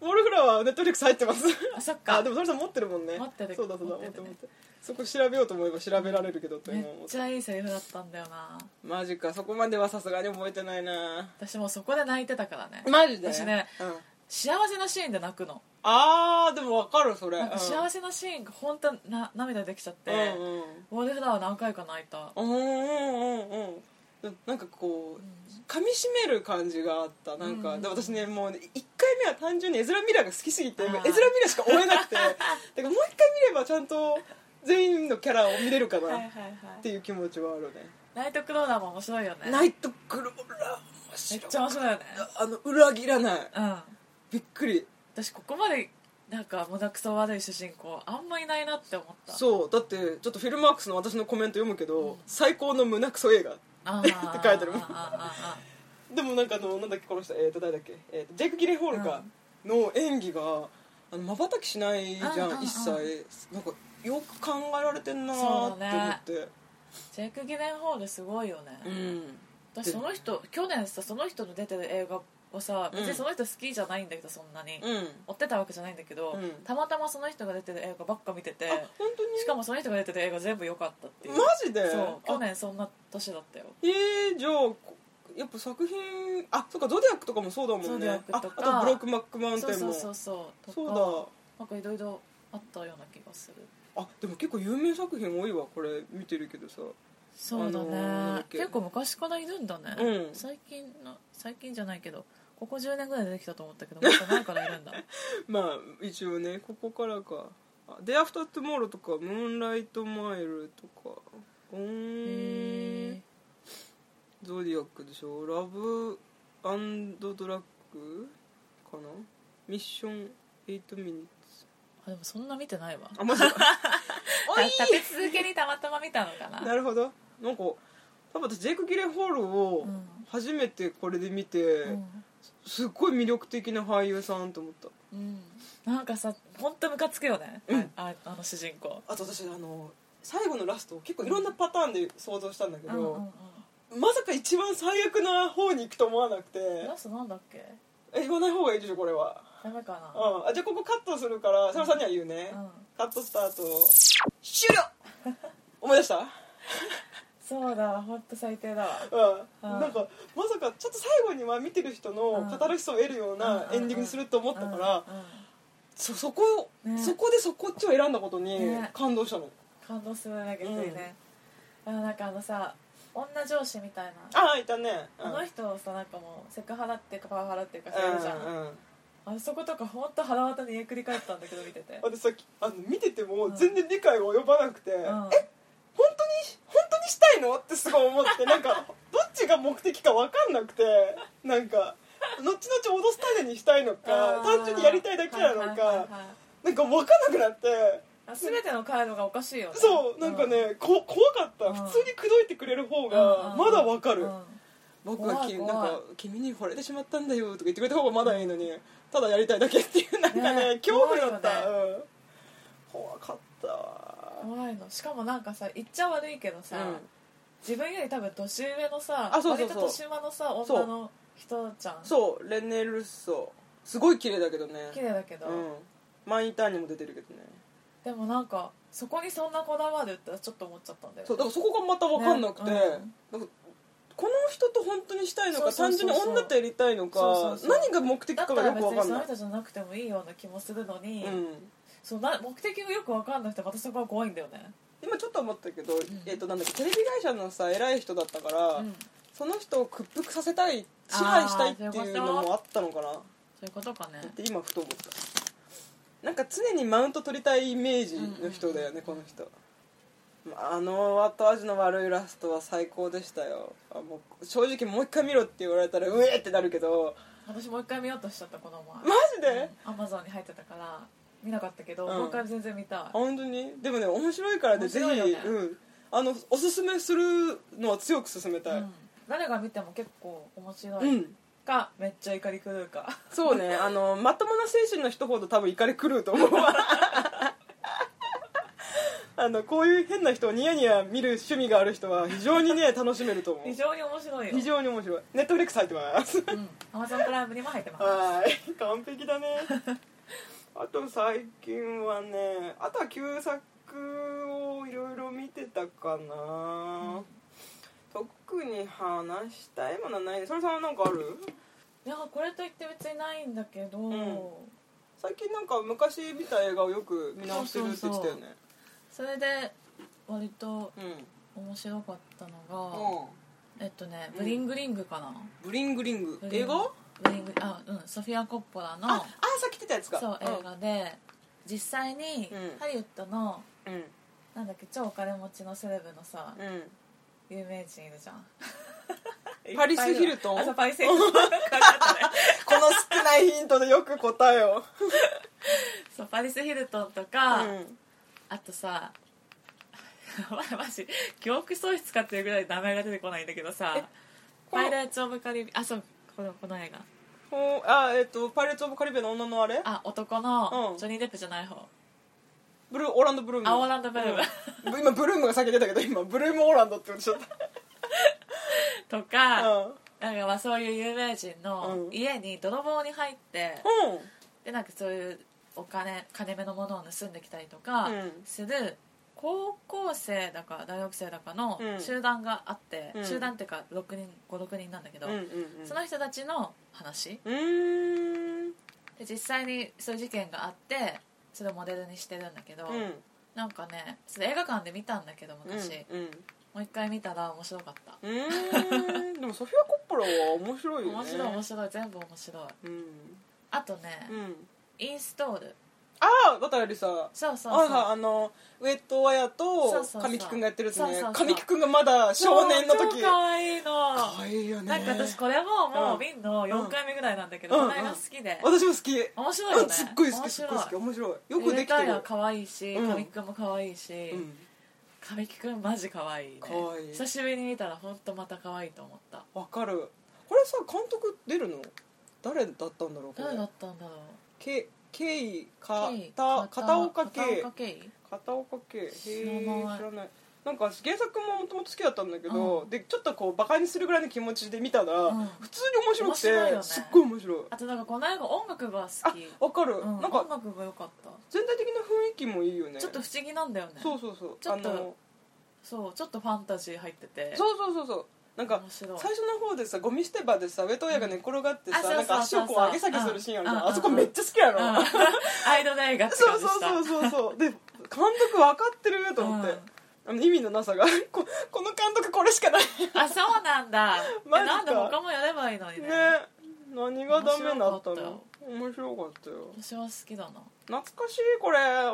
[SPEAKER 2] ウォールフラワーネットフリックス入ってます
[SPEAKER 1] あそっか
[SPEAKER 2] あでも鳥さん持ってるもんね
[SPEAKER 1] 持ってる
[SPEAKER 2] そうだそうだ
[SPEAKER 1] 持っ
[SPEAKER 2] 持ってて
[SPEAKER 1] る
[SPEAKER 2] 持
[SPEAKER 1] ね
[SPEAKER 2] ってそこ調べようと思えば調べられるけどと
[SPEAKER 1] めっ
[SPEAKER 2] 今思って
[SPEAKER 1] ちゃいいセリフだったんだよな
[SPEAKER 2] マジかそこまではさすがに覚えてないな
[SPEAKER 1] 私もうそこで泣いてたからね
[SPEAKER 2] マジで
[SPEAKER 1] 私ね
[SPEAKER 2] うん、
[SPEAKER 1] 幸せなシーンで泣くの
[SPEAKER 2] あーでもわかるそれ
[SPEAKER 1] なんか幸せ
[SPEAKER 2] せ
[SPEAKER 1] なシーンが本当な涙できちゃって、
[SPEAKER 2] うんうん
[SPEAKER 1] ウォールフラワー何回か泣いた
[SPEAKER 2] うんうんうんうんなんかこう噛みしめる感じがあったなんか、
[SPEAKER 1] うん
[SPEAKER 2] で私ねもうね1回目は単純に絵面ミラーが好きすぎて
[SPEAKER 1] あ
[SPEAKER 2] 絵
[SPEAKER 1] ー
[SPEAKER 2] 面ミラーしか追 えなくてだからもう1回見ればちゃんと全員のキャラを見れるか
[SPEAKER 1] はいはい
[SPEAKER 2] なっ
[SPEAKER 1] はい
[SPEAKER 2] ていう気持ちはあるね
[SPEAKER 1] ナイトクローラーも面白いよね
[SPEAKER 2] ナイトクローラー面
[SPEAKER 1] めっ
[SPEAKER 2] 白い
[SPEAKER 1] ちゃ面白いよね
[SPEAKER 2] あの裏切らない
[SPEAKER 1] うん
[SPEAKER 2] びっくり
[SPEAKER 1] 私ここまでなんか胸くそ悪い主人公あんまいないなって思ったう
[SPEAKER 2] そうだってちょっとフィルマークスの私のコメント読むけど、最高の胸クソ映画
[SPEAKER 1] あ
[SPEAKER 2] って書いてある
[SPEAKER 1] ーあ
[SPEAKER 2] でもなんかあのなんだっけこの人えっ、と誰だっけ、えーとジェイク・ギレンホールかの演技があの瞬きしないじ
[SPEAKER 1] うんうん
[SPEAKER 2] ゃ
[SPEAKER 1] うん
[SPEAKER 2] ん一切なんかよく考えられてんなー
[SPEAKER 1] そう
[SPEAKER 2] って思
[SPEAKER 1] だ
[SPEAKER 2] ってう,、
[SPEAKER 1] ジェイク・ギレンホールすごいよね、
[SPEAKER 2] ん
[SPEAKER 1] 私その人去年さその人の出てる映画をさ別
[SPEAKER 2] う
[SPEAKER 1] に
[SPEAKER 2] ん
[SPEAKER 1] その人好きじゃないんだけどそんなに、
[SPEAKER 2] うん
[SPEAKER 1] 追ってたわけじゃないんだけど、
[SPEAKER 2] うん
[SPEAKER 1] たまたまその人が出てる映画ばっか見てて
[SPEAKER 2] あ本当に
[SPEAKER 1] しかもその人が出てる映画全部良かったっていう
[SPEAKER 2] マジで
[SPEAKER 1] そう去
[SPEAKER 2] あ
[SPEAKER 1] 年そんな年だったよ
[SPEAKER 2] えー、じゃあこやっぱ作品あそっかゾディアックとかもそうだもんね
[SPEAKER 1] ゾディアックとか
[SPEAKER 2] ああとブロック・マック・マウンテン
[SPEAKER 1] そう
[SPEAKER 2] も
[SPEAKER 1] そうそうそうとか
[SPEAKER 2] そう
[SPEAKER 1] なんかいろいろあったような気がする
[SPEAKER 2] だあでも結構有名作品多いわこれ見てるけどさ
[SPEAKER 1] そうだね、
[SPEAKER 2] あのーなんだっけ
[SPEAKER 1] 結構昔からいるんだね、
[SPEAKER 2] うん
[SPEAKER 1] 最近の最近じゃないけどここ10年ぐらいでできたと思ったけどまだ前からい るんだ
[SPEAKER 2] まあ一応ねここからか「デアフタートゥモローとか「ムーンライトマイル」とかうー
[SPEAKER 1] へ
[SPEAKER 2] んゾディアックでしょ「ラブアンドドラッグ」かな「ミッション8ミニッツ
[SPEAKER 1] あでもそんな見てないわ」
[SPEAKER 2] あマ ジかおい
[SPEAKER 1] た立て続けにたまたま見たのかな
[SPEAKER 2] なるほどなんか多分私ジェイク・ギレンホールを
[SPEAKER 1] うん
[SPEAKER 2] 初めてこれで見て、
[SPEAKER 1] うん
[SPEAKER 2] すっごい魅力的な俳優さんと思った
[SPEAKER 1] うん、なんかさ本当ムカつくよね、
[SPEAKER 2] うん
[SPEAKER 1] ああの主人公
[SPEAKER 2] あと私あの最後のラスト結構いろんなパターンで想像したんだけ
[SPEAKER 1] うんうんうん
[SPEAKER 2] まさか一番最悪な方に行くと思わなくて
[SPEAKER 1] ラストなんだっけ
[SPEAKER 2] え言わない方がいいでしょこれは、
[SPEAKER 1] ダメか
[SPEAKER 2] う、
[SPEAKER 1] なん
[SPEAKER 2] あじゃあここカットするから佐野さんには言うね、
[SPEAKER 1] うん
[SPEAKER 2] カットした後終了 思い出した
[SPEAKER 1] そうだわ本当最低だわ
[SPEAKER 2] うん、
[SPEAKER 1] うん
[SPEAKER 2] なんかまさかちょっと最後には見てる人
[SPEAKER 1] うん
[SPEAKER 2] のカタルシスを得るような
[SPEAKER 1] うん
[SPEAKER 2] エンディングにすると思ったから、
[SPEAKER 1] うんうんうん
[SPEAKER 2] そそこ、
[SPEAKER 1] ね
[SPEAKER 2] そこでそこっちを選んだことに
[SPEAKER 1] ね
[SPEAKER 2] 感動したの、
[SPEAKER 1] 感動するね逆にね、あのなんかあのさ女上司みたいな
[SPEAKER 2] ああいたね、うん
[SPEAKER 1] あの人をさなんかもうセクハラっていうかパワハラっていうかされるじゃん、
[SPEAKER 2] うんうん
[SPEAKER 1] あのそことか本当腹渡にゆっくり返ったんだけど見てて、
[SPEAKER 2] 私さっきあの見てても
[SPEAKER 1] ん
[SPEAKER 2] 全然理解が及ばなくて、
[SPEAKER 1] うん、
[SPEAKER 2] え本当に本当にしたいのってすごい思ってな んかどっちが目的か分かんなくてなんか後々脅すためにしたいのか
[SPEAKER 1] あー
[SPEAKER 2] 単純にやりたいだけなの
[SPEAKER 1] はいはいはいはい
[SPEAKER 2] かなんか分かんなくなって
[SPEAKER 1] あ全ての回路がおかしいよね
[SPEAKER 2] そうなんかね、こ怖かった
[SPEAKER 1] うん
[SPEAKER 2] 普通に口説いてくれる方
[SPEAKER 1] うんうん
[SPEAKER 2] がまだ分かる
[SPEAKER 1] うん
[SPEAKER 2] 僕はき
[SPEAKER 1] 怖い怖い
[SPEAKER 2] なんか君に惚れてしまったんだよとか言ってくれた方がまだいいのにただやりたいだけっていうなんかね
[SPEAKER 1] ね
[SPEAKER 2] 恐怖だった、
[SPEAKER 1] 怖い
[SPEAKER 2] うん怖かったわ
[SPEAKER 1] 怖いのしかもなんかさ言っちゃ悪いけどさ、
[SPEAKER 2] うん
[SPEAKER 1] 自分より多分年上のさ
[SPEAKER 2] あそうそうそう
[SPEAKER 1] 割と年上のさ女の人じゃん
[SPEAKER 2] そうレネ・ルッソすごい綺麗だけどね
[SPEAKER 1] 綺麗だけど、
[SPEAKER 2] うんマインターンにも出てるけどね
[SPEAKER 1] でもなんかそこにそんなこだわるってちょっと思っちゃったんだよね
[SPEAKER 2] そうだからそこがまた分かんなくて、
[SPEAKER 1] ね
[SPEAKER 2] なんかこの人と本当にしたいのか
[SPEAKER 1] そうそうそうそう
[SPEAKER 2] 単純に女とやりたいのか
[SPEAKER 1] そうそうそう
[SPEAKER 2] 何が目的
[SPEAKER 1] だ
[SPEAKER 2] か
[SPEAKER 1] った
[SPEAKER 2] が
[SPEAKER 1] ら
[SPEAKER 2] よ
[SPEAKER 1] 別
[SPEAKER 2] く分
[SPEAKER 1] にそ
[SPEAKER 2] かんな
[SPEAKER 1] の
[SPEAKER 2] い
[SPEAKER 1] 人じゃなくてもいいような気もするのに、
[SPEAKER 2] うん、
[SPEAKER 1] そうな目的がよく分かんなくてまたそこが怖いんだよね、
[SPEAKER 2] 今ちょっと思ったけど、えっとなんだっけテレビ会社のさ偉い人だったから、
[SPEAKER 1] うん、
[SPEAKER 2] その人を屈服させたい支配したいっていうのもあったのかなっ
[SPEAKER 1] そういうことかね
[SPEAKER 2] て今ふと思ったなんか常にマウント取りたいイメージの人だよね、この人まああの後味の悪いラストは最高でしたよあもう正直もう一回見ろって言われたらうえってなるけど
[SPEAKER 1] 私もう一回見ようとしちゃったこの
[SPEAKER 2] マジで、
[SPEAKER 1] 前アマゾンに入ってたから見なかったけど、
[SPEAKER 2] うん
[SPEAKER 1] もう一回全然見たい
[SPEAKER 2] あ本当にでもね面白いからね
[SPEAKER 1] 面
[SPEAKER 2] ぜひ、
[SPEAKER 1] 白いよね
[SPEAKER 2] うん、あのおすすめするのは強く勧めたい、
[SPEAKER 1] うん誰が見ても結構面白
[SPEAKER 2] う
[SPEAKER 1] い
[SPEAKER 2] ん
[SPEAKER 1] か、めっちゃ怒り狂うか
[SPEAKER 2] そうねあのまともな精神の人ほど多分怒り狂うと思うわ あのこういう変な人をニヤニヤ見る趣味がある人は非常にね楽しめると思 う
[SPEAKER 1] 非常に面白いよ
[SPEAKER 2] 非常に面白いネットフリックス入ってます
[SPEAKER 1] うん、アマゾンプライムにも入ってます
[SPEAKER 2] はーい完璧だね あと最近はねあとは旧作をいろいろ見てたかな、特に話したいものはないねそれさんはなんかある
[SPEAKER 1] いやこれといって別にないんだけど、
[SPEAKER 2] ん最近なんか昔見た映画をよく見直してるって言ってたよね
[SPEAKER 1] それで割と
[SPEAKER 2] うん
[SPEAKER 1] 面白かったのが、
[SPEAKER 2] うん
[SPEAKER 1] えっとね「
[SPEAKER 2] うん
[SPEAKER 1] ブリングリング」かな、
[SPEAKER 2] ブリングリング
[SPEAKER 1] ブリ
[SPEAKER 2] 映
[SPEAKER 1] ング
[SPEAKER 2] 画あ
[SPEAKER 1] ブリングあうんソフィア・コッポラ
[SPEAKER 2] あ
[SPEAKER 1] の
[SPEAKER 2] さっき言ってたやつか
[SPEAKER 1] そう映画で実際に
[SPEAKER 2] うん
[SPEAKER 1] ハリウッドの
[SPEAKER 2] うんうん
[SPEAKER 1] なんだっけ超お金持ちのセレブのさ
[SPEAKER 2] うん
[SPEAKER 1] 有名人いるじゃん
[SPEAKER 2] パリスヒルトン
[SPEAKER 1] あそうパリスヒ ルトンかかったね
[SPEAKER 2] この少ないヒントでよく答えを
[SPEAKER 1] そうパリスヒルトンとか、
[SPEAKER 2] うん
[SPEAKER 1] あとさ マジ記憶喪失かっていうぐらい名前が出てこないんだけどさ「
[SPEAKER 2] この
[SPEAKER 1] パイレーツ・オブ・カリビアン」あそうこのこの映画
[SPEAKER 2] ほうあえっ、と「パイレーツ・オブ・カリビアンの女のあれ
[SPEAKER 1] あ男
[SPEAKER 2] う
[SPEAKER 1] の
[SPEAKER 2] ん
[SPEAKER 1] ジョニー・デップじゃない方
[SPEAKER 2] ブルーオーランド・ブルーム
[SPEAKER 1] あオーランドブルーム
[SPEAKER 2] うん今ブルームが先出たけど今ブルーム・オーランドって言っちゃっ
[SPEAKER 1] と
[SPEAKER 2] た
[SPEAKER 1] か、
[SPEAKER 2] うん
[SPEAKER 1] なんかまあそういう有名人の
[SPEAKER 2] うん
[SPEAKER 1] 家に泥棒に入って、
[SPEAKER 2] うん
[SPEAKER 1] でなんかそういうお金金目のものを盗んできたりとか
[SPEAKER 2] うん
[SPEAKER 1] する高校生だか大学生だかの
[SPEAKER 2] うん
[SPEAKER 1] 集団があって、
[SPEAKER 2] うん
[SPEAKER 1] 集団っていうか6人56人なんだけど、
[SPEAKER 2] うんうんうん
[SPEAKER 1] その人たちの話
[SPEAKER 2] うーん
[SPEAKER 1] で実際にそういう事件があってそれをモデルにしてるんだけど、
[SPEAKER 2] うん
[SPEAKER 1] なんかねそれ映画館で見たんだけど昔、
[SPEAKER 2] うん
[SPEAKER 1] もう一回見たら面白かった
[SPEAKER 2] うんうーんでもソフィア・コッポラは面白いよね
[SPEAKER 1] 面白い面白い全部面白い
[SPEAKER 2] うん
[SPEAKER 1] あとね、
[SPEAKER 2] うん
[SPEAKER 1] インストール
[SPEAKER 2] ああ渡りさ
[SPEAKER 1] そうそうそ
[SPEAKER 2] あ
[SPEAKER 1] う
[SPEAKER 2] らさあのウエット・ワヤ
[SPEAKER 1] そう
[SPEAKER 2] と
[SPEAKER 1] そうそう
[SPEAKER 2] 神木君がやってるやつ
[SPEAKER 1] そうそう
[SPEAKER 2] ね
[SPEAKER 1] そう
[SPEAKER 2] 神木君がまだ少年の時
[SPEAKER 1] 超可愛いの
[SPEAKER 2] 可愛いよね
[SPEAKER 1] なんか私これもも
[SPEAKER 2] うん
[SPEAKER 1] う瓶の4回目ぐらいなんだけど、
[SPEAKER 2] う
[SPEAKER 1] こ
[SPEAKER 2] ん
[SPEAKER 1] の映画好きで、
[SPEAKER 2] 私も好き
[SPEAKER 1] 面白いよね、
[SPEAKER 2] うんすっごい好き
[SPEAKER 1] 面
[SPEAKER 2] す
[SPEAKER 1] 白
[SPEAKER 2] っ
[SPEAKER 1] い
[SPEAKER 2] ごい好き面白いよ
[SPEAKER 1] よ
[SPEAKER 2] く
[SPEAKER 1] く
[SPEAKER 2] で
[SPEAKER 1] で
[SPEAKER 2] き
[SPEAKER 1] き
[SPEAKER 2] てる
[SPEAKER 1] 可愛いし
[SPEAKER 2] うん
[SPEAKER 1] 神木くんも可愛いし、
[SPEAKER 2] うん
[SPEAKER 1] 神木くんマジ可愛いね
[SPEAKER 2] 可愛い
[SPEAKER 1] 久しぶりに見たら本当また可愛いと思った
[SPEAKER 2] わかるこれさ監督出るの誰だったんだろうこ
[SPEAKER 1] 誰だ
[SPEAKER 2] れ
[SPEAKER 1] ったんだろう
[SPEAKER 2] けケイか
[SPEAKER 1] ケイ
[SPEAKER 2] た片岡
[SPEAKER 1] 片
[SPEAKER 2] 圭
[SPEAKER 1] 岡圭
[SPEAKER 2] 片岡圭へえ
[SPEAKER 1] 知らない
[SPEAKER 2] 知らないなんか原作ももともと好きだったんだけど、でちょっとこうバカにするぐらいの気持ちで見たら、
[SPEAKER 1] うん
[SPEAKER 2] 普通に面白くて
[SPEAKER 1] 面白いよね
[SPEAKER 2] すっごい面白い
[SPEAKER 1] あとなんかこの映画音楽が好
[SPEAKER 2] あ
[SPEAKER 1] き、
[SPEAKER 2] わかる、
[SPEAKER 1] うん、
[SPEAKER 2] なん
[SPEAKER 1] 音
[SPEAKER 2] か
[SPEAKER 1] 楽が良かった、
[SPEAKER 2] 全体的な雰囲気もいいよね
[SPEAKER 1] ちょっと不思議なんだよね
[SPEAKER 2] そうそうそう
[SPEAKER 1] ちょっと
[SPEAKER 2] あの
[SPEAKER 1] そうちょっとファンタジー入ってて
[SPEAKER 2] そうそうそうそうなんか
[SPEAKER 1] 面白い
[SPEAKER 2] 最初の方でさゴミ捨て場でさ上戸親が寝転がってさ、
[SPEAKER 1] うんあ
[SPEAKER 2] なんか足
[SPEAKER 1] そう
[SPEAKER 2] を
[SPEAKER 1] そうそうそう
[SPEAKER 2] こう上げ下げするシーンあるじゃん
[SPEAKER 1] うん
[SPEAKER 2] あそこめっちゃ好きやろ、
[SPEAKER 1] うん アイドル映画って
[SPEAKER 2] そ
[SPEAKER 1] 感
[SPEAKER 2] う
[SPEAKER 1] じした
[SPEAKER 2] そうそうそうそうで監督分かってると 思って、
[SPEAKER 1] うん
[SPEAKER 2] あの意味のなさが ここの監督これしかない
[SPEAKER 1] あそうなんだえ
[SPEAKER 2] マジか
[SPEAKER 1] なんで他もやればいいのに
[SPEAKER 2] ね
[SPEAKER 1] ね
[SPEAKER 2] 何がダメだっ
[SPEAKER 1] 面白か
[SPEAKER 2] た
[SPEAKER 1] った
[SPEAKER 2] の
[SPEAKER 1] よ
[SPEAKER 2] 面白かったよ
[SPEAKER 1] 私は好きだな
[SPEAKER 2] 懐かしいこれ覚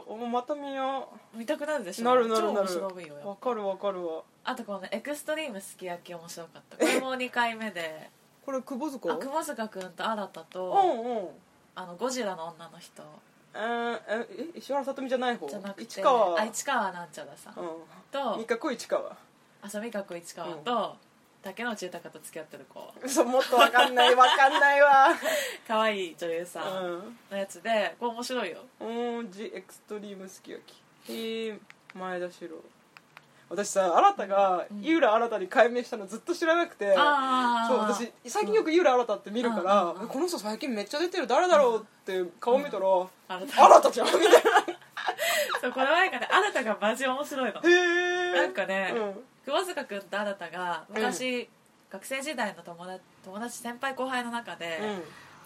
[SPEAKER 2] えおまた見よ
[SPEAKER 1] 見たくなるでし
[SPEAKER 2] う
[SPEAKER 1] ょ
[SPEAKER 2] なるなるな
[SPEAKER 1] 超
[SPEAKER 2] る
[SPEAKER 1] 面白いよ
[SPEAKER 2] わ
[SPEAKER 1] よ
[SPEAKER 2] かるわかるわ
[SPEAKER 1] あとこのねエクストリームすき焼き面白かったこれも2回目で
[SPEAKER 2] これ久保塚
[SPEAKER 1] あ窪塚君と新太
[SPEAKER 2] う
[SPEAKER 1] と、
[SPEAKER 2] んうん
[SPEAKER 1] あのゴジラの女の人
[SPEAKER 2] えーええ石原さとみじゃない方
[SPEAKER 1] じゃなくて
[SPEAKER 2] 市川
[SPEAKER 1] あ市川なんちゃらさん
[SPEAKER 2] うん
[SPEAKER 1] と
[SPEAKER 2] 三日小市川
[SPEAKER 1] 浅見かこ市川と、竹野内豊と付き合ってる子
[SPEAKER 2] 嘘もっとわかんないわかんないわ
[SPEAKER 1] 可愛い女優さんのやつでこれ面白いよ
[SPEAKER 2] うんうんジエクストリームすき焼きへえ前田四郎私さ新たが
[SPEAKER 1] うん
[SPEAKER 2] 井浦新に改名したのずっと知らなくて、
[SPEAKER 1] ああ
[SPEAKER 2] そう私最近よく井浦新って見るから、
[SPEAKER 1] うんうんうん
[SPEAKER 2] この人最近めっちゃ出てる誰だろうって顔見た ら、
[SPEAKER 1] あなた
[SPEAKER 2] 新たちゃんみたいな
[SPEAKER 1] そうこの前からあなたがマジ面白いの
[SPEAKER 2] へえ
[SPEAKER 1] なんかね
[SPEAKER 2] うん
[SPEAKER 1] 窪塚君とあなたが昔、学生時代の友達友達先輩後輩の中で、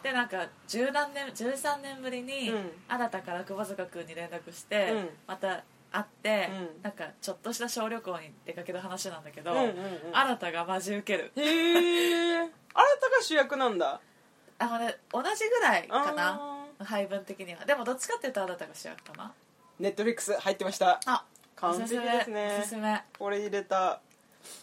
[SPEAKER 1] でなんか10何年13年ぶりに、
[SPEAKER 2] うん
[SPEAKER 1] あなたから窪塚君に連絡して、
[SPEAKER 2] うん
[SPEAKER 1] また会って、
[SPEAKER 2] うん
[SPEAKER 1] なんかちょっとした小旅行に出かける話なんだけど、
[SPEAKER 2] うんうんうん
[SPEAKER 1] あなたがマジウケる
[SPEAKER 2] へえ新たが主役なんだ
[SPEAKER 1] あの、ね、同じぐらいかな
[SPEAKER 2] な
[SPEAKER 1] 配分的にはでもどっちかっていうとあなたが主役かな
[SPEAKER 2] ネットフリックス入ってました
[SPEAKER 1] あ
[SPEAKER 2] 完璧です
[SPEAKER 1] おすす
[SPEAKER 2] ね
[SPEAKER 1] め
[SPEAKER 2] これ入れた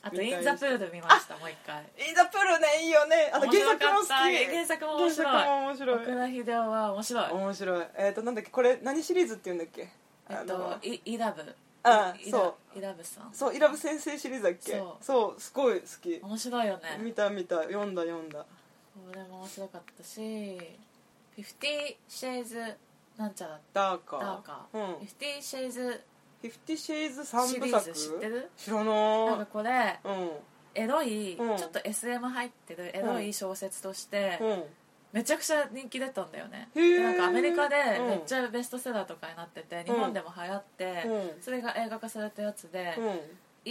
[SPEAKER 1] あと「
[SPEAKER 2] 見
[SPEAKER 1] イ
[SPEAKER 2] たい
[SPEAKER 1] ン・
[SPEAKER 2] です
[SPEAKER 1] ザ・プール」見ましたもう一回
[SPEAKER 2] インザプールねいいよねあと
[SPEAKER 1] 面
[SPEAKER 2] 原
[SPEAKER 1] 白か
[SPEAKER 2] 作
[SPEAKER 1] った
[SPEAKER 2] も好き
[SPEAKER 1] 原作も面白い
[SPEAKER 2] 原作も面白
[SPEAKER 1] 奥
[SPEAKER 2] い
[SPEAKER 1] 田秀夫は面白い
[SPEAKER 2] 面白いえっとなんだっけこれ何シリーズって言うんだっけ
[SPEAKER 1] え
[SPEAKER 2] あ
[SPEAKER 1] っと
[SPEAKER 2] の
[SPEAKER 1] イイラブ
[SPEAKER 2] あ
[SPEAKER 1] イラ
[SPEAKER 2] そ
[SPEAKER 1] イラブさん
[SPEAKER 2] うそうイラブ先生シリーズだっけ
[SPEAKER 1] そう
[SPEAKER 2] そうすごい好き
[SPEAKER 1] 面白いよね
[SPEAKER 2] 見た見た読んだ読んだ
[SPEAKER 1] これも面白かったし「フィフティ・シェイズ」なんちゃら
[SPEAKER 2] ダーカー
[SPEAKER 1] ダーか「
[SPEAKER 2] う
[SPEAKER 1] フ
[SPEAKER 2] ん
[SPEAKER 1] ィフティ・シェイズ
[SPEAKER 2] フィフティシェイズ」三
[SPEAKER 1] シ
[SPEAKER 2] 部
[SPEAKER 1] リー
[SPEAKER 2] 作
[SPEAKER 1] ズ知ってる
[SPEAKER 2] 知
[SPEAKER 1] な
[SPEAKER 2] ら
[SPEAKER 1] んか
[SPEAKER 2] な
[SPEAKER 1] これ
[SPEAKER 2] いうん
[SPEAKER 1] エロい、
[SPEAKER 2] うん
[SPEAKER 1] ちょっと SM 入ってるエロい小説として、
[SPEAKER 2] うん
[SPEAKER 1] めちゃくちゃ人気出たんだよね
[SPEAKER 2] へー
[SPEAKER 1] でなんかアメリカで
[SPEAKER 2] うん
[SPEAKER 1] めっちゃベストセラーとかになってて、日本でも流行って、
[SPEAKER 2] うん
[SPEAKER 1] それが映画化されたやつで、
[SPEAKER 2] うん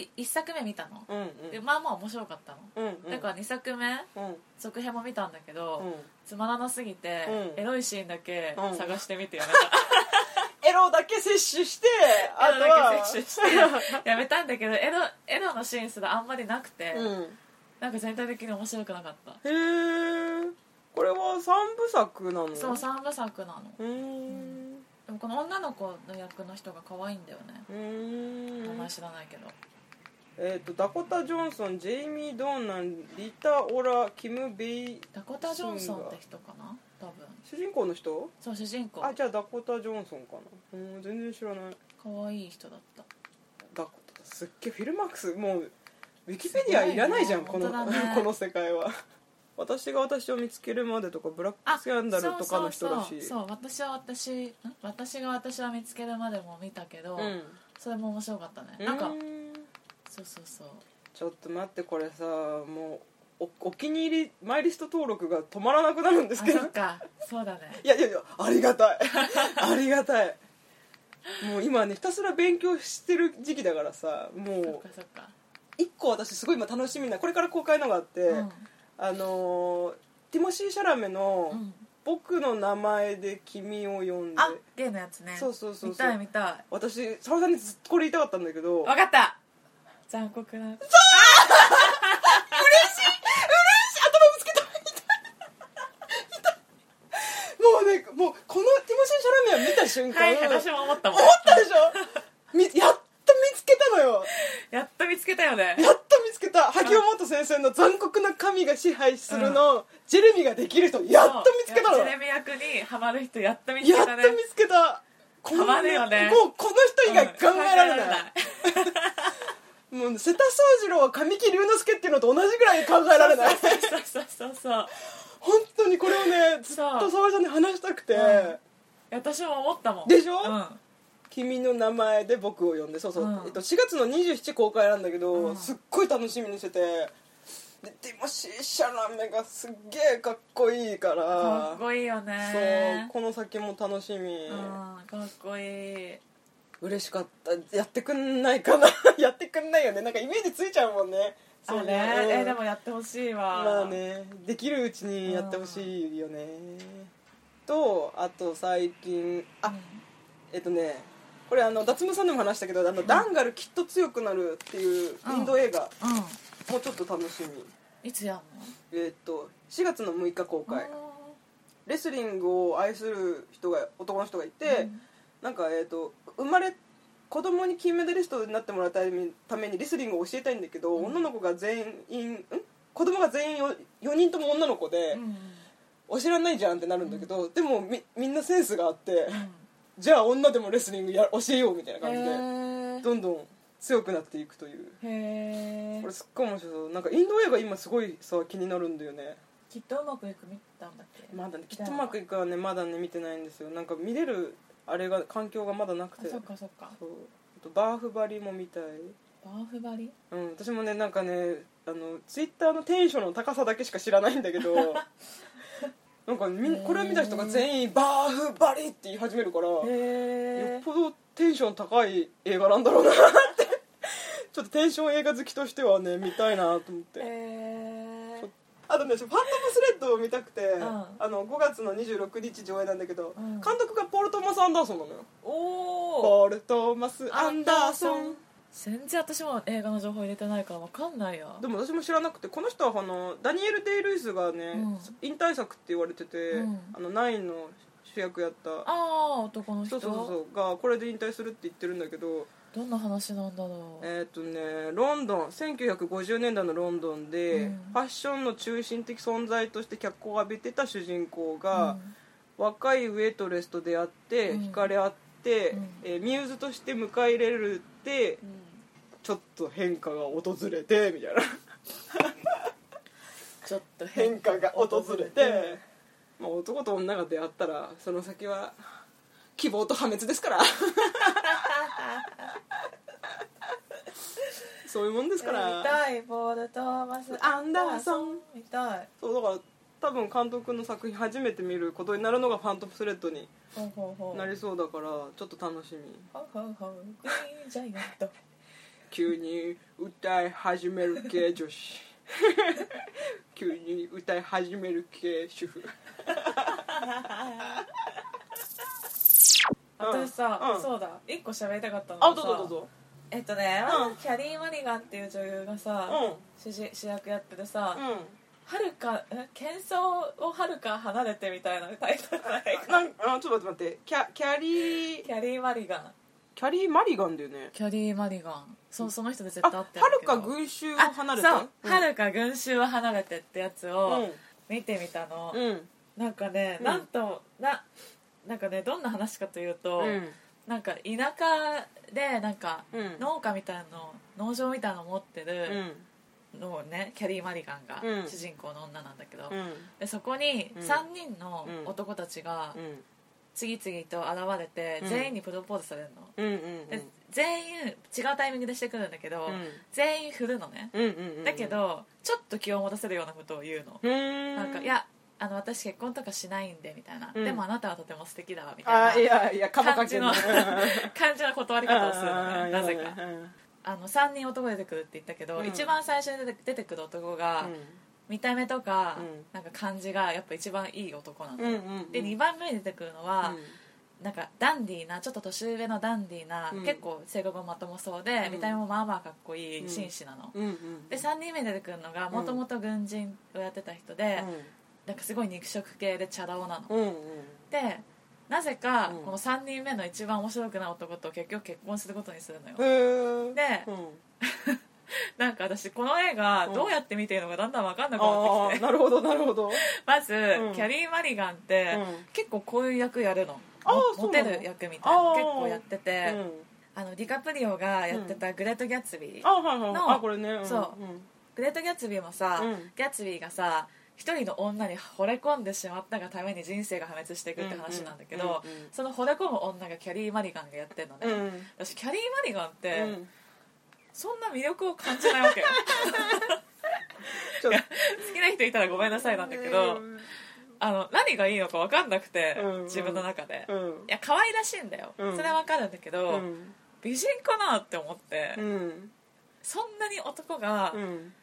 [SPEAKER 1] い1作目見たの、
[SPEAKER 2] うん
[SPEAKER 1] でまあまあ面白かったの、
[SPEAKER 2] うんうん
[SPEAKER 1] だから2作目
[SPEAKER 2] うん
[SPEAKER 1] 続編も見たんだけど、
[SPEAKER 2] うん
[SPEAKER 1] つまらなすぎて、
[SPEAKER 2] うん
[SPEAKER 1] エロいシーンだけ
[SPEAKER 2] うん
[SPEAKER 1] 探して みてやめ
[SPEAKER 2] エロだけ摂取して
[SPEAKER 1] た、
[SPEAKER 2] あとは
[SPEAKER 1] エロだけ摂取してやめたんだけどエロエロのシーンすらあんまりなくて、
[SPEAKER 2] うん
[SPEAKER 1] なんか全体的に面白くなかった、
[SPEAKER 2] へえこれは三部作なの
[SPEAKER 1] そう3部作なの
[SPEAKER 2] うーん
[SPEAKER 1] でもこの女の子の役の人が可愛いんだよね
[SPEAKER 2] うー
[SPEAKER 1] 名
[SPEAKER 2] ん
[SPEAKER 1] 前知らないけど
[SPEAKER 2] えっとダコタ・ジョンソンジェイミー・ドーナンリタ・オラキム・ベイ
[SPEAKER 1] ダコタ・ジョンソンって人かな多分
[SPEAKER 2] 主人公の人
[SPEAKER 1] そう主人公
[SPEAKER 2] あじゃあダコタ・ジョンソンかなうん全然知らない
[SPEAKER 1] 可愛い人だった
[SPEAKER 2] ダコタすっげえフィルマックスもうウィキペディアいらないじゃん
[SPEAKER 1] すご
[SPEAKER 2] こ
[SPEAKER 1] い
[SPEAKER 2] の,、
[SPEAKER 1] ね本当だね
[SPEAKER 2] この世界は私が私を見つけるまでとかブラックスキャンダルとかの人だ
[SPEAKER 1] そうそう
[SPEAKER 2] し
[SPEAKER 1] そうそう私は私ん私が私は見つけるまでも見たけど、
[SPEAKER 2] うん
[SPEAKER 1] それも面白かったねなんか
[SPEAKER 2] うん
[SPEAKER 1] そうそうそう
[SPEAKER 2] ちょっと待ってこれさもうおお気に入りマイリスト登録が止まらなくなるんです
[SPEAKER 1] あ
[SPEAKER 2] けど
[SPEAKER 1] そっかそうだね
[SPEAKER 2] いやいやいやありがたい ありがたいもう今ねひたすら勉強してる時期だからさ
[SPEAKER 1] そっ
[SPEAKER 2] も
[SPEAKER 1] かそっか
[SPEAKER 2] う1個私すごい今楽しみなこれから公開のがあって、
[SPEAKER 1] うん
[SPEAKER 2] あのーティモシー・シャラメの
[SPEAKER 1] うん
[SPEAKER 2] 「僕の名前で君を呼んで
[SPEAKER 1] あ」ゲイのやつね
[SPEAKER 2] そうそうそうそ
[SPEAKER 1] 見た
[SPEAKER 2] う
[SPEAKER 1] い見たい
[SPEAKER 2] 私沢田にずっとこれ言いたかったんだけど
[SPEAKER 1] わかった残酷な
[SPEAKER 2] もうねもうこのティモシー・シャラメを見た瞬間、
[SPEAKER 1] はい私も思ったもん
[SPEAKER 2] 思ったでしょみやっと見つけたのよ
[SPEAKER 1] やっと見つけたよね
[SPEAKER 2] やっと見つけた萩尾元先生の「残酷な神が支配するの」ジェレミができる人やっと見つけた
[SPEAKER 1] そ
[SPEAKER 2] の
[SPEAKER 1] う
[SPEAKER 2] や
[SPEAKER 1] テレビ役にハマる人やっと見つけ
[SPEAKER 2] ったと
[SPEAKER 1] ね
[SPEAKER 2] 見つけたこんな
[SPEAKER 1] たまるよね
[SPEAKER 2] もうこの人以外考えられ
[SPEAKER 1] うん考
[SPEAKER 2] ない、もう瀬田宗次郎は神木隆之介っていうのと同じぐらい考えられない
[SPEAKER 1] そうそうそうそうそう
[SPEAKER 2] 本当にこれをねずっ
[SPEAKER 1] そ
[SPEAKER 2] と
[SPEAKER 1] う
[SPEAKER 2] 沢ちゃんに話したくて、
[SPEAKER 1] うん私も思ったもん
[SPEAKER 2] でしょ
[SPEAKER 1] うん
[SPEAKER 2] 君の名前で僕を呼んでそうそう、
[SPEAKER 1] うん
[SPEAKER 2] えっと、4月の27公開なんだけど、
[SPEAKER 1] うん
[SPEAKER 2] すっごい楽しみにしててでティモシー・シャラメがすっげえかっこいいから
[SPEAKER 1] かっこいいよ
[SPEAKER 2] そう
[SPEAKER 1] ね
[SPEAKER 2] この先も楽しみ、
[SPEAKER 1] うんかっこいい
[SPEAKER 2] 嬉しかったやってくんないかな やってくんないよねなんかイメージついちゃうもんね
[SPEAKER 1] そうね
[SPEAKER 2] うん
[SPEAKER 1] えでもやってほしいわ
[SPEAKER 2] まあねできるうちにやってほしいよね、とあと最近あ、
[SPEAKER 1] う
[SPEAKER 2] えっとねこれあの脱毛さんでも話したけど「あのダンガルきっと強くなる」っていう
[SPEAKER 1] うん
[SPEAKER 2] インド映画、
[SPEAKER 1] んうん
[SPEAKER 2] もうちょっと楽しみ
[SPEAKER 1] いつやんの
[SPEAKER 2] えっと4月の6日公開
[SPEAKER 1] あ
[SPEAKER 2] レスリングを愛する人が男の人がいて、
[SPEAKER 1] ーうん
[SPEAKER 2] なんかえっ、と生まれ子供に金メダリストになってもらうためにためにレスリングを教えたいんだけど、
[SPEAKER 1] うん
[SPEAKER 2] 女の子が全員ん子供が全員よ4人とも女の子で、
[SPEAKER 1] うん
[SPEAKER 2] お知らないじゃんってなるんだけど、でもみみんなセンスがあって、
[SPEAKER 1] うん
[SPEAKER 2] じゃあ女でもレスリングや教えようみたいな感じで、
[SPEAKER 1] へー
[SPEAKER 2] どんどん強くなっていくという
[SPEAKER 1] へえ
[SPEAKER 2] これすっごい面白そうなんかインド映画今すごいさ気になるんだよね
[SPEAKER 1] きっとうまくいく見たんだっけ、
[SPEAKER 2] まだねきっとうまくいくはねまだね見てないんですよなんか見れるあれが環境がまだなく
[SPEAKER 1] あ
[SPEAKER 2] て
[SPEAKER 1] そっかそっか
[SPEAKER 2] そうあとバーフバリも見たい
[SPEAKER 1] バーフバリ
[SPEAKER 2] うん、私もねなんかねあのツイッターのテンションの高さだけしか知らないんだけどなんかみんこれを見た人が全員バーフバリって言い始めるからよ
[SPEAKER 1] へ
[SPEAKER 2] っぽどテンション高い映画なんだろうなって ちょっとテンション映画好きとしてはね見たいなと思って、
[SPEAKER 1] えへ
[SPEAKER 2] ちょあとね「ファントムスレッド」を見たくて、
[SPEAKER 1] ん
[SPEAKER 2] あの5月の26日上映なんだけど、
[SPEAKER 1] うん
[SPEAKER 2] 監督がポール・トーマス・アンダーソンなのよ
[SPEAKER 1] おお
[SPEAKER 2] ポール・トーマス・アンダーソン
[SPEAKER 1] 全然私も映画の情報入れてないからわかんないよ
[SPEAKER 2] でも私も知らなくてこの人はあのダニエル・デイ・ルイスがね、
[SPEAKER 1] うん
[SPEAKER 2] 引退作って言われてて、
[SPEAKER 1] うん
[SPEAKER 2] あのナインの主役やった
[SPEAKER 1] ああ男の人
[SPEAKER 2] そうそうそうそうがこれで引退するって言ってるんだけど
[SPEAKER 1] どんな話なんだろう
[SPEAKER 2] えっ、とねロンドン1950年代のロンドンで、
[SPEAKER 1] うん
[SPEAKER 2] ファッションの中心的存在として脚光を浴びてた主人公が、
[SPEAKER 1] うん
[SPEAKER 2] 若いウェイトレスと出会って、
[SPEAKER 1] うん
[SPEAKER 2] 惹かれ合って、
[SPEAKER 1] うん
[SPEAKER 2] えーミューズとして迎え入れるってちょっと変化が訪れてみたいな
[SPEAKER 1] ちょっと
[SPEAKER 2] 変化が訪れて、まあ、男と女が出会ったらその先は希望と破滅ですから そういうもんですか
[SPEAKER 1] 見
[SPEAKER 2] ら
[SPEAKER 1] たいポール・トーマス
[SPEAKER 2] アンダーソン
[SPEAKER 1] 見たい
[SPEAKER 2] そうだから多分監督の作品初めて見ることになるのが「ファントムスレッド」に
[SPEAKER 1] ほうほうほう
[SPEAKER 2] なりそうだからちょっと楽しみ
[SPEAKER 1] ほうほうほうグリーンジャイアント
[SPEAKER 2] 急に歌い始める 系女子急に歌い始める系主婦
[SPEAKER 1] 私さ、
[SPEAKER 2] うん
[SPEAKER 1] そうだ一個喋りたかったのが
[SPEAKER 2] あ
[SPEAKER 1] さ
[SPEAKER 2] どうぞどうぞ
[SPEAKER 1] えっとね、
[SPEAKER 2] うん
[SPEAKER 1] キャリー・マリガンっていう女優がさ、主人主役やっててさ
[SPEAKER 2] うんうん
[SPEAKER 1] 「はるかえ喧騒をはるか離れて」みたいなタイトルじゃないか
[SPEAKER 2] なんあちょっと待って待ってキャキャリー
[SPEAKER 1] キャリー・マリガン
[SPEAKER 2] キャリー・マリガンだよね
[SPEAKER 1] キャリー・マリガンそうその人で絶
[SPEAKER 2] あ
[SPEAKER 1] 対合っ
[SPEAKER 2] は
[SPEAKER 1] てるんだ
[SPEAKER 2] る
[SPEAKER 1] けど
[SPEAKER 2] か群衆を離れて
[SPEAKER 1] あそう、はるか群衆を離れてってやつ
[SPEAKER 2] うん
[SPEAKER 1] を見てみたの、
[SPEAKER 2] うんうん
[SPEAKER 1] なんかね、
[SPEAKER 2] うん
[SPEAKER 1] なんとななんかねどんな話かというと、なんか田舎でなんか
[SPEAKER 2] うん
[SPEAKER 1] 農家みたいなの農場みたいなの持って
[SPEAKER 2] うん
[SPEAKER 1] るのをね、キャリー・マリガンが
[SPEAKER 2] うん
[SPEAKER 1] 主人公の女なんだけど、
[SPEAKER 2] うん
[SPEAKER 1] でそこに
[SPEAKER 2] うん
[SPEAKER 1] 3人の男たちが
[SPEAKER 2] うん
[SPEAKER 1] 次々と現れて
[SPEAKER 2] うん
[SPEAKER 1] 全員にプロポーズされるの、
[SPEAKER 2] うん
[SPEAKER 1] で全員違うタイミングでしてくるんだけど、全員振るのね、
[SPEAKER 2] うんうんうんうん
[SPEAKER 1] だけどちょっと気を持たせるようなことを言うの、
[SPEAKER 2] うーん
[SPEAKER 1] なんか「いやあの私結婚とかしないんで」みたいな、
[SPEAKER 2] うん
[SPEAKER 1] でもあなたはとても素敵だわ」み
[SPEAKER 2] あ
[SPEAKER 1] た
[SPEAKER 2] い
[SPEAKER 1] いな
[SPEAKER 2] やいやカバかけんの
[SPEAKER 1] 感じ感 じの断り方をするの
[SPEAKER 2] あー
[SPEAKER 1] ねなぜ
[SPEAKER 2] や
[SPEAKER 1] か
[SPEAKER 2] ばいうん
[SPEAKER 1] あの3人男出てくるって言ったけど、
[SPEAKER 2] うん
[SPEAKER 1] 一番最初に出て出てくる男が、見た目とか、
[SPEAKER 2] うん
[SPEAKER 1] なんか感じがやっぱ一番いい男なの、
[SPEAKER 2] うんうんうん
[SPEAKER 1] で2番目に出てくるのは、なんかダンディーなちょっと年上のダンディーな、
[SPEAKER 2] うん
[SPEAKER 1] 結構性格もまともそうで、
[SPEAKER 2] うん
[SPEAKER 1] 見た目もまあまあかっこい
[SPEAKER 2] うん
[SPEAKER 1] い紳士なの、
[SPEAKER 2] うんうんうん
[SPEAKER 1] で3人目に出てくるのがもともと軍人をやってた人で、なんかすごい肉食系でチャラ男なの、
[SPEAKER 2] うんうんうん
[SPEAKER 1] でなぜか
[SPEAKER 2] うん
[SPEAKER 1] この3人目の一番面白くない男と結局結婚することにするのよ、
[SPEAKER 2] へー
[SPEAKER 1] で
[SPEAKER 2] うん
[SPEAKER 1] なんか私この映画どうやって見ていいのかだんだん分かんなくなっ
[SPEAKER 2] あ
[SPEAKER 1] てきて、
[SPEAKER 2] ーなるほどなるほど
[SPEAKER 1] まず、
[SPEAKER 2] うん
[SPEAKER 1] キャリー・マリガンって、
[SPEAKER 2] うん
[SPEAKER 1] 結構こういう役やるの
[SPEAKER 2] あー
[SPEAKER 1] も
[SPEAKER 2] そう
[SPEAKER 1] モテ
[SPEAKER 2] なの
[SPEAKER 1] る役みたいな
[SPEAKER 2] あー
[SPEAKER 1] 結構やってて、
[SPEAKER 2] うん
[SPEAKER 1] あのディカプリオがやってたグレート・ギャッツビー、
[SPEAKER 2] あはいはいはい
[SPEAKER 1] の
[SPEAKER 2] あこれねん
[SPEAKER 1] そうグレート・ギャッツビーもさ、
[SPEAKER 2] うん
[SPEAKER 1] ギャッツビーがさ一人の女に惚れ込んでしまったがために人生が破滅していくって話なんだけど、
[SPEAKER 2] うんうんうんうん
[SPEAKER 1] その惚れ込む女がキャリー・マリガンがやってるのね、
[SPEAKER 2] うん
[SPEAKER 1] 私キャリー・マリガンって、
[SPEAKER 2] うん
[SPEAKER 1] そんな魅力を感じないわけよ
[SPEAKER 2] ちょっと
[SPEAKER 1] 好きな人いたらごめんなさいなんだけど、あの何がいいのか分かんなくて、
[SPEAKER 2] うんうん
[SPEAKER 1] 自分の中で、
[SPEAKER 2] う
[SPEAKER 1] い
[SPEAKER 2] ん
[SPEAKER 1] や可愛らしいんだよ、
[SPEAKER 2] うん
[SPEAKER 1] それは分かるんだけど、
[SPEAKER 2] うん
[SPEAKER 1] 美人かなって思って、
[SPEAKER 2] うん
[SPEAKER 1] そんなに男が
[SPEAKER 2] う、ん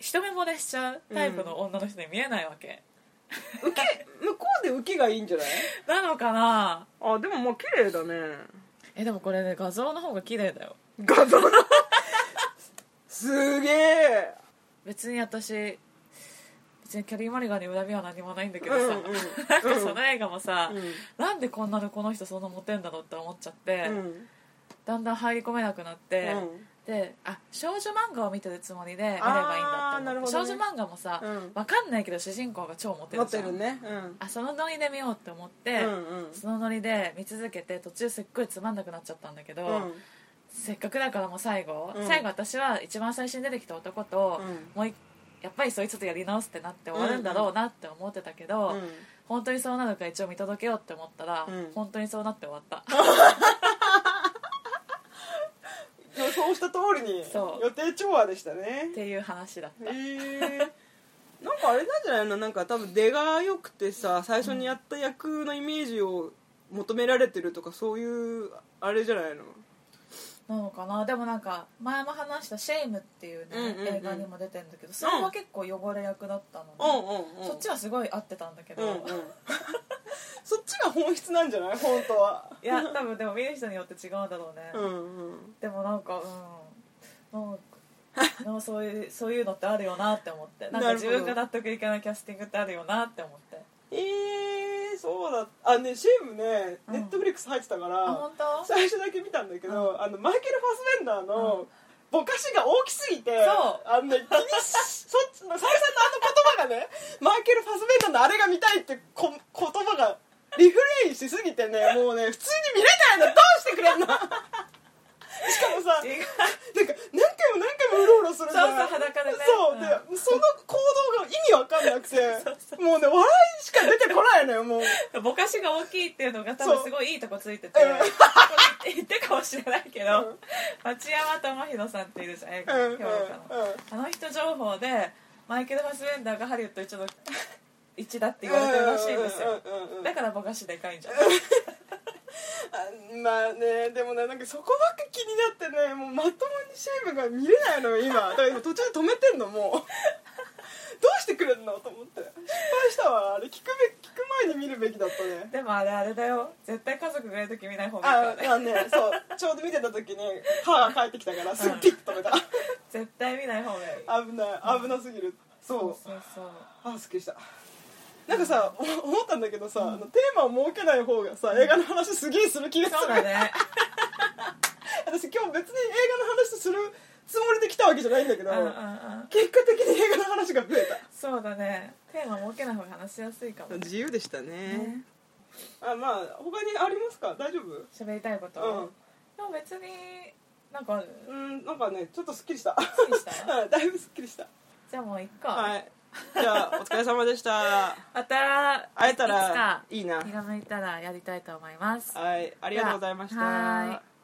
[SPEAKER 1] 一目惚れしちゃうタイプの女の人に見えないわけ、
[SPEAKER 2] 向こうで受けがいいんじゃない
[SPEAKER 1] なのかな
[SPEAKER 2] あでもまあ綺麗だね
[SPEAKER 1] えでもこれね画像の方が綺麗だよ
[SPEAKER 2] 画像だすげえ
[SPEAKER 1] 別に私別にキャリー・マリガンに恨みは何もないんだけ
[SPEAKER 2] う
[SPEAKER 1] ど
[SPEAKER 2] ん
[SPEAKER 1] さ、
[SPEAKER 2] うん
[SPEAKER 1] なんかその映画もさ、
[SPEAKER 2] うん
[SPEAKER 1] なんでこんなのこの人そんなモテんだろうって思っちゃって、
[SPEAKER 2] うん
[SPEAKER 1] だんだん入り込めなくなって、であ少女漫画を見てるつもりで見ればいいんだって
[SPEAKER 2] あーなる
[SPEAKER 1] 思
[SPEAKER 2] ほ
[SPEAKER 1] って、
[SPEAKER 2] ど
[SPEAKER 1] 少
[SPEAKER 2] ね
[SPEAKER 1] 女漫画もさ、
[SPEAKER 2] うん
[SPEAKER 1] わかんないけど主人公が超モテ
[SPEAKER 2] 持
[SPEAKER 1] る
[SPEAKER 2] っ
[SPEAKER 1] じゃ
[SPEAKER 2] て
[SPEAKER 1] ん
[SPEAKER 2] るねうん
[SPEAKER 1] あそのノリで見ようって思って、
[SPEAKER 2] うんうん
[SPEAKER 1] そのノリで見続けて途中すっごいつまんなくなっちゃったんだけど、
[SPEAKER 2] うん
[SPEAKER 1] せっかくだからもう最後、
[SPEAKER 2] うん
[SPEAKER 1] 最後私は一番最初に出てきた男と、もういやっぱりそいつとやり直すってなって終わるんだろうなって思ってたけど、
[SPEAKER 2] うん
[SPEAKER 1] 本当にそうなのか一応見届けようって思ったら、
[SPEAKER 2] うん
[SPEAKER 1] 本当にそうなって終わ った
[SPEAKER 2] 予想した通りに
[SPEAKER 1] そう
[SPEAKER 2] 予定調和でしたね
[SPEAKER 1] っていう話だっ
[SPEAKER 2] へ
[SPEAKER 1] た、
[SPEAKER 2] えなんかあれなんじゃないのなんか多分出が良くてさ最初にやった役のイメージを求められてるとかそういうあれじゃないの
[SPEAKER 1] なのかなでもなんか前も話した「シェイムっていうね、
[SPEAKER 2] うんうんうん
[SPEAKER 1] 映画にも出てんだけどそれは結構汚れ役だったの、ね
[SPEAKER 2] うんうんうん
[SPEAKER 1] そっちはすご い合ってたんだけ
[SPEAKER 2] う
[SPEAKER 1] ど、
[SPEAKER 2] んうん そっちが本質なんじゃない本当はい
[SPEAKER 1] や多分でも見る人によって違うんだろうね、
[SPEAKER 2] うんうん
[SPEAKER 1] でもなんかうんなんかなんかそう いうそういうのってあるよなって思ってなん
[SPEAKER 2] な
[SPEAKER 1] か
[SPEAKER 2] るほ
[SPEAKER 1] 自
[SPEAKER 2] ど
[SPEAKER 1] 分が納得いかないキャスティングってあるよなって思って
[SPEAKER 2] えー、そうだあねシェイムね
[SPEAKER 1] うん
[SPEAKER 2] ネットフリックス入ってたから、
[SPEAKER 1] あ本当そう
[SPEAKER 2] 最初だけ見たんだけど、
[SPEAKER 1] う
[SPEAKER 2] あのマイケル・ファスベンダー
[SPEAKER 1] う
[SPEAKER 2] の
[SPEAKER 1] ん
[SPEAKER 2] ぼかしが大きすぎて、
[SPEAKER 1] そう
[SPEAKER 2] あのね気にしそっちの最初のあの言葉がねマイケル・ファスベンダーのあれが見たいってこ言葉がリフレインしすぎて ねもうね普通に見れないのどうしてくれんのしか
[SPEAKER 1] 違う
[SPEAKER 2] もさなんか何回も何回もうろうろするじゃん
[SPEAKER 1] そうそう裸でね
[SPEAKER 2] そうで、その行動が意味わかんなくてもうね笑いしか出てこないのよもう
[SPEAKER 1] ぼかしが大きいっていうのが多
[SPEAKER 2] そ
[SPEAKER 1] 分
[SPEAKER 2] う
[SPEAKER 1] すごいいいとこついてて
[SPEAKER 2] うん
[SPEAKER 1] これ言ってかもしれないけ
[SPEAKER 2] う
[SPEAKER 1] ど
[SPEAKER 2] ん
[SPEAKER 1] 町山智博さんっていうじゃん映画
[SPEAKER 2] うんうんう
[SPEAKER 1] 評
[SPEAKER 2] ん
[SPEAKER 1] 価のあの人情報でマイケル・ファスベンダーがハリウッド一の一だって言われてるらしいんですよ
[SPEAKER 2] うんうんうんうん
[SPEAKER 1] だからぼかしでかいんじゃん
[SPEAKER 2] あまあねでもねなんかそこばっか気になってねもうまともにシェイムが見れないのよ今だから今途中で止めてんのもうどうしてくれるのと思って失敗したわあれ聞くべ聞く前に見るべきだったね
[SPEAKER 1] でもあれあれだよ絶対家族がいる時見ない方がいい
[SPEAKER 2] あ
[SPEAKER 1] からね
[SPEAKER 2] あねそうちょうど見てた時に母が帰ってきたからすぐピッと止めた
[SPEAKER 1] 絶対見ない方がいい
[SPEAKER 2] 危ない危なすぎるそう
[SPEAKER 1] そうそう
[SPEAKER 2] あすっきりしたなんかさお思ったんだけどさ、あのテーマを設けない方がさ映画の話すげえする気がする
[SPEAKER 1] そうだ ね
[SPEAKER 2] 私今日別に映画の話するつもりで来たわけじゃないんだけ
[SPEAKER 1] う
[SPEAKER 2] ど、
[SPEAKER 1] んうんうん
[SPEAKER 2] 結果的に映画の話が増え
[SPEAKER 1] そうだねテーマ設けない方が話しやすいかも
[SPEAKER 2] た
[SPEAKER 1] ね
[SPEAKER 2] 自由でしたねあまあ他にありますか大丈夫
[SPEAKER 1] 喋りたいこと、
[SPEAKER 2] うん
[SPEAKER 1] でも別になんかある
[SPEAKER 2] うんなんかねちょっとすっきりした
[SPEAKER 1] すっきりした
[SPEAKER 2] だいぶすっきりした
[SPEAKER 1] じゃあもういっか、
[SPEAKER 2] はいじゃあお疲れ様でした
[SPEAKER 1] また
[SPEAKER 2] 会えた
[SPEAKER 1] いつから
[SPEAKER 2] いいな
[SPEAKER 1] 気が向いたらやりたいと思います
[SPEAKER 2] はいありがとうございました
[SPEAKER 1] はい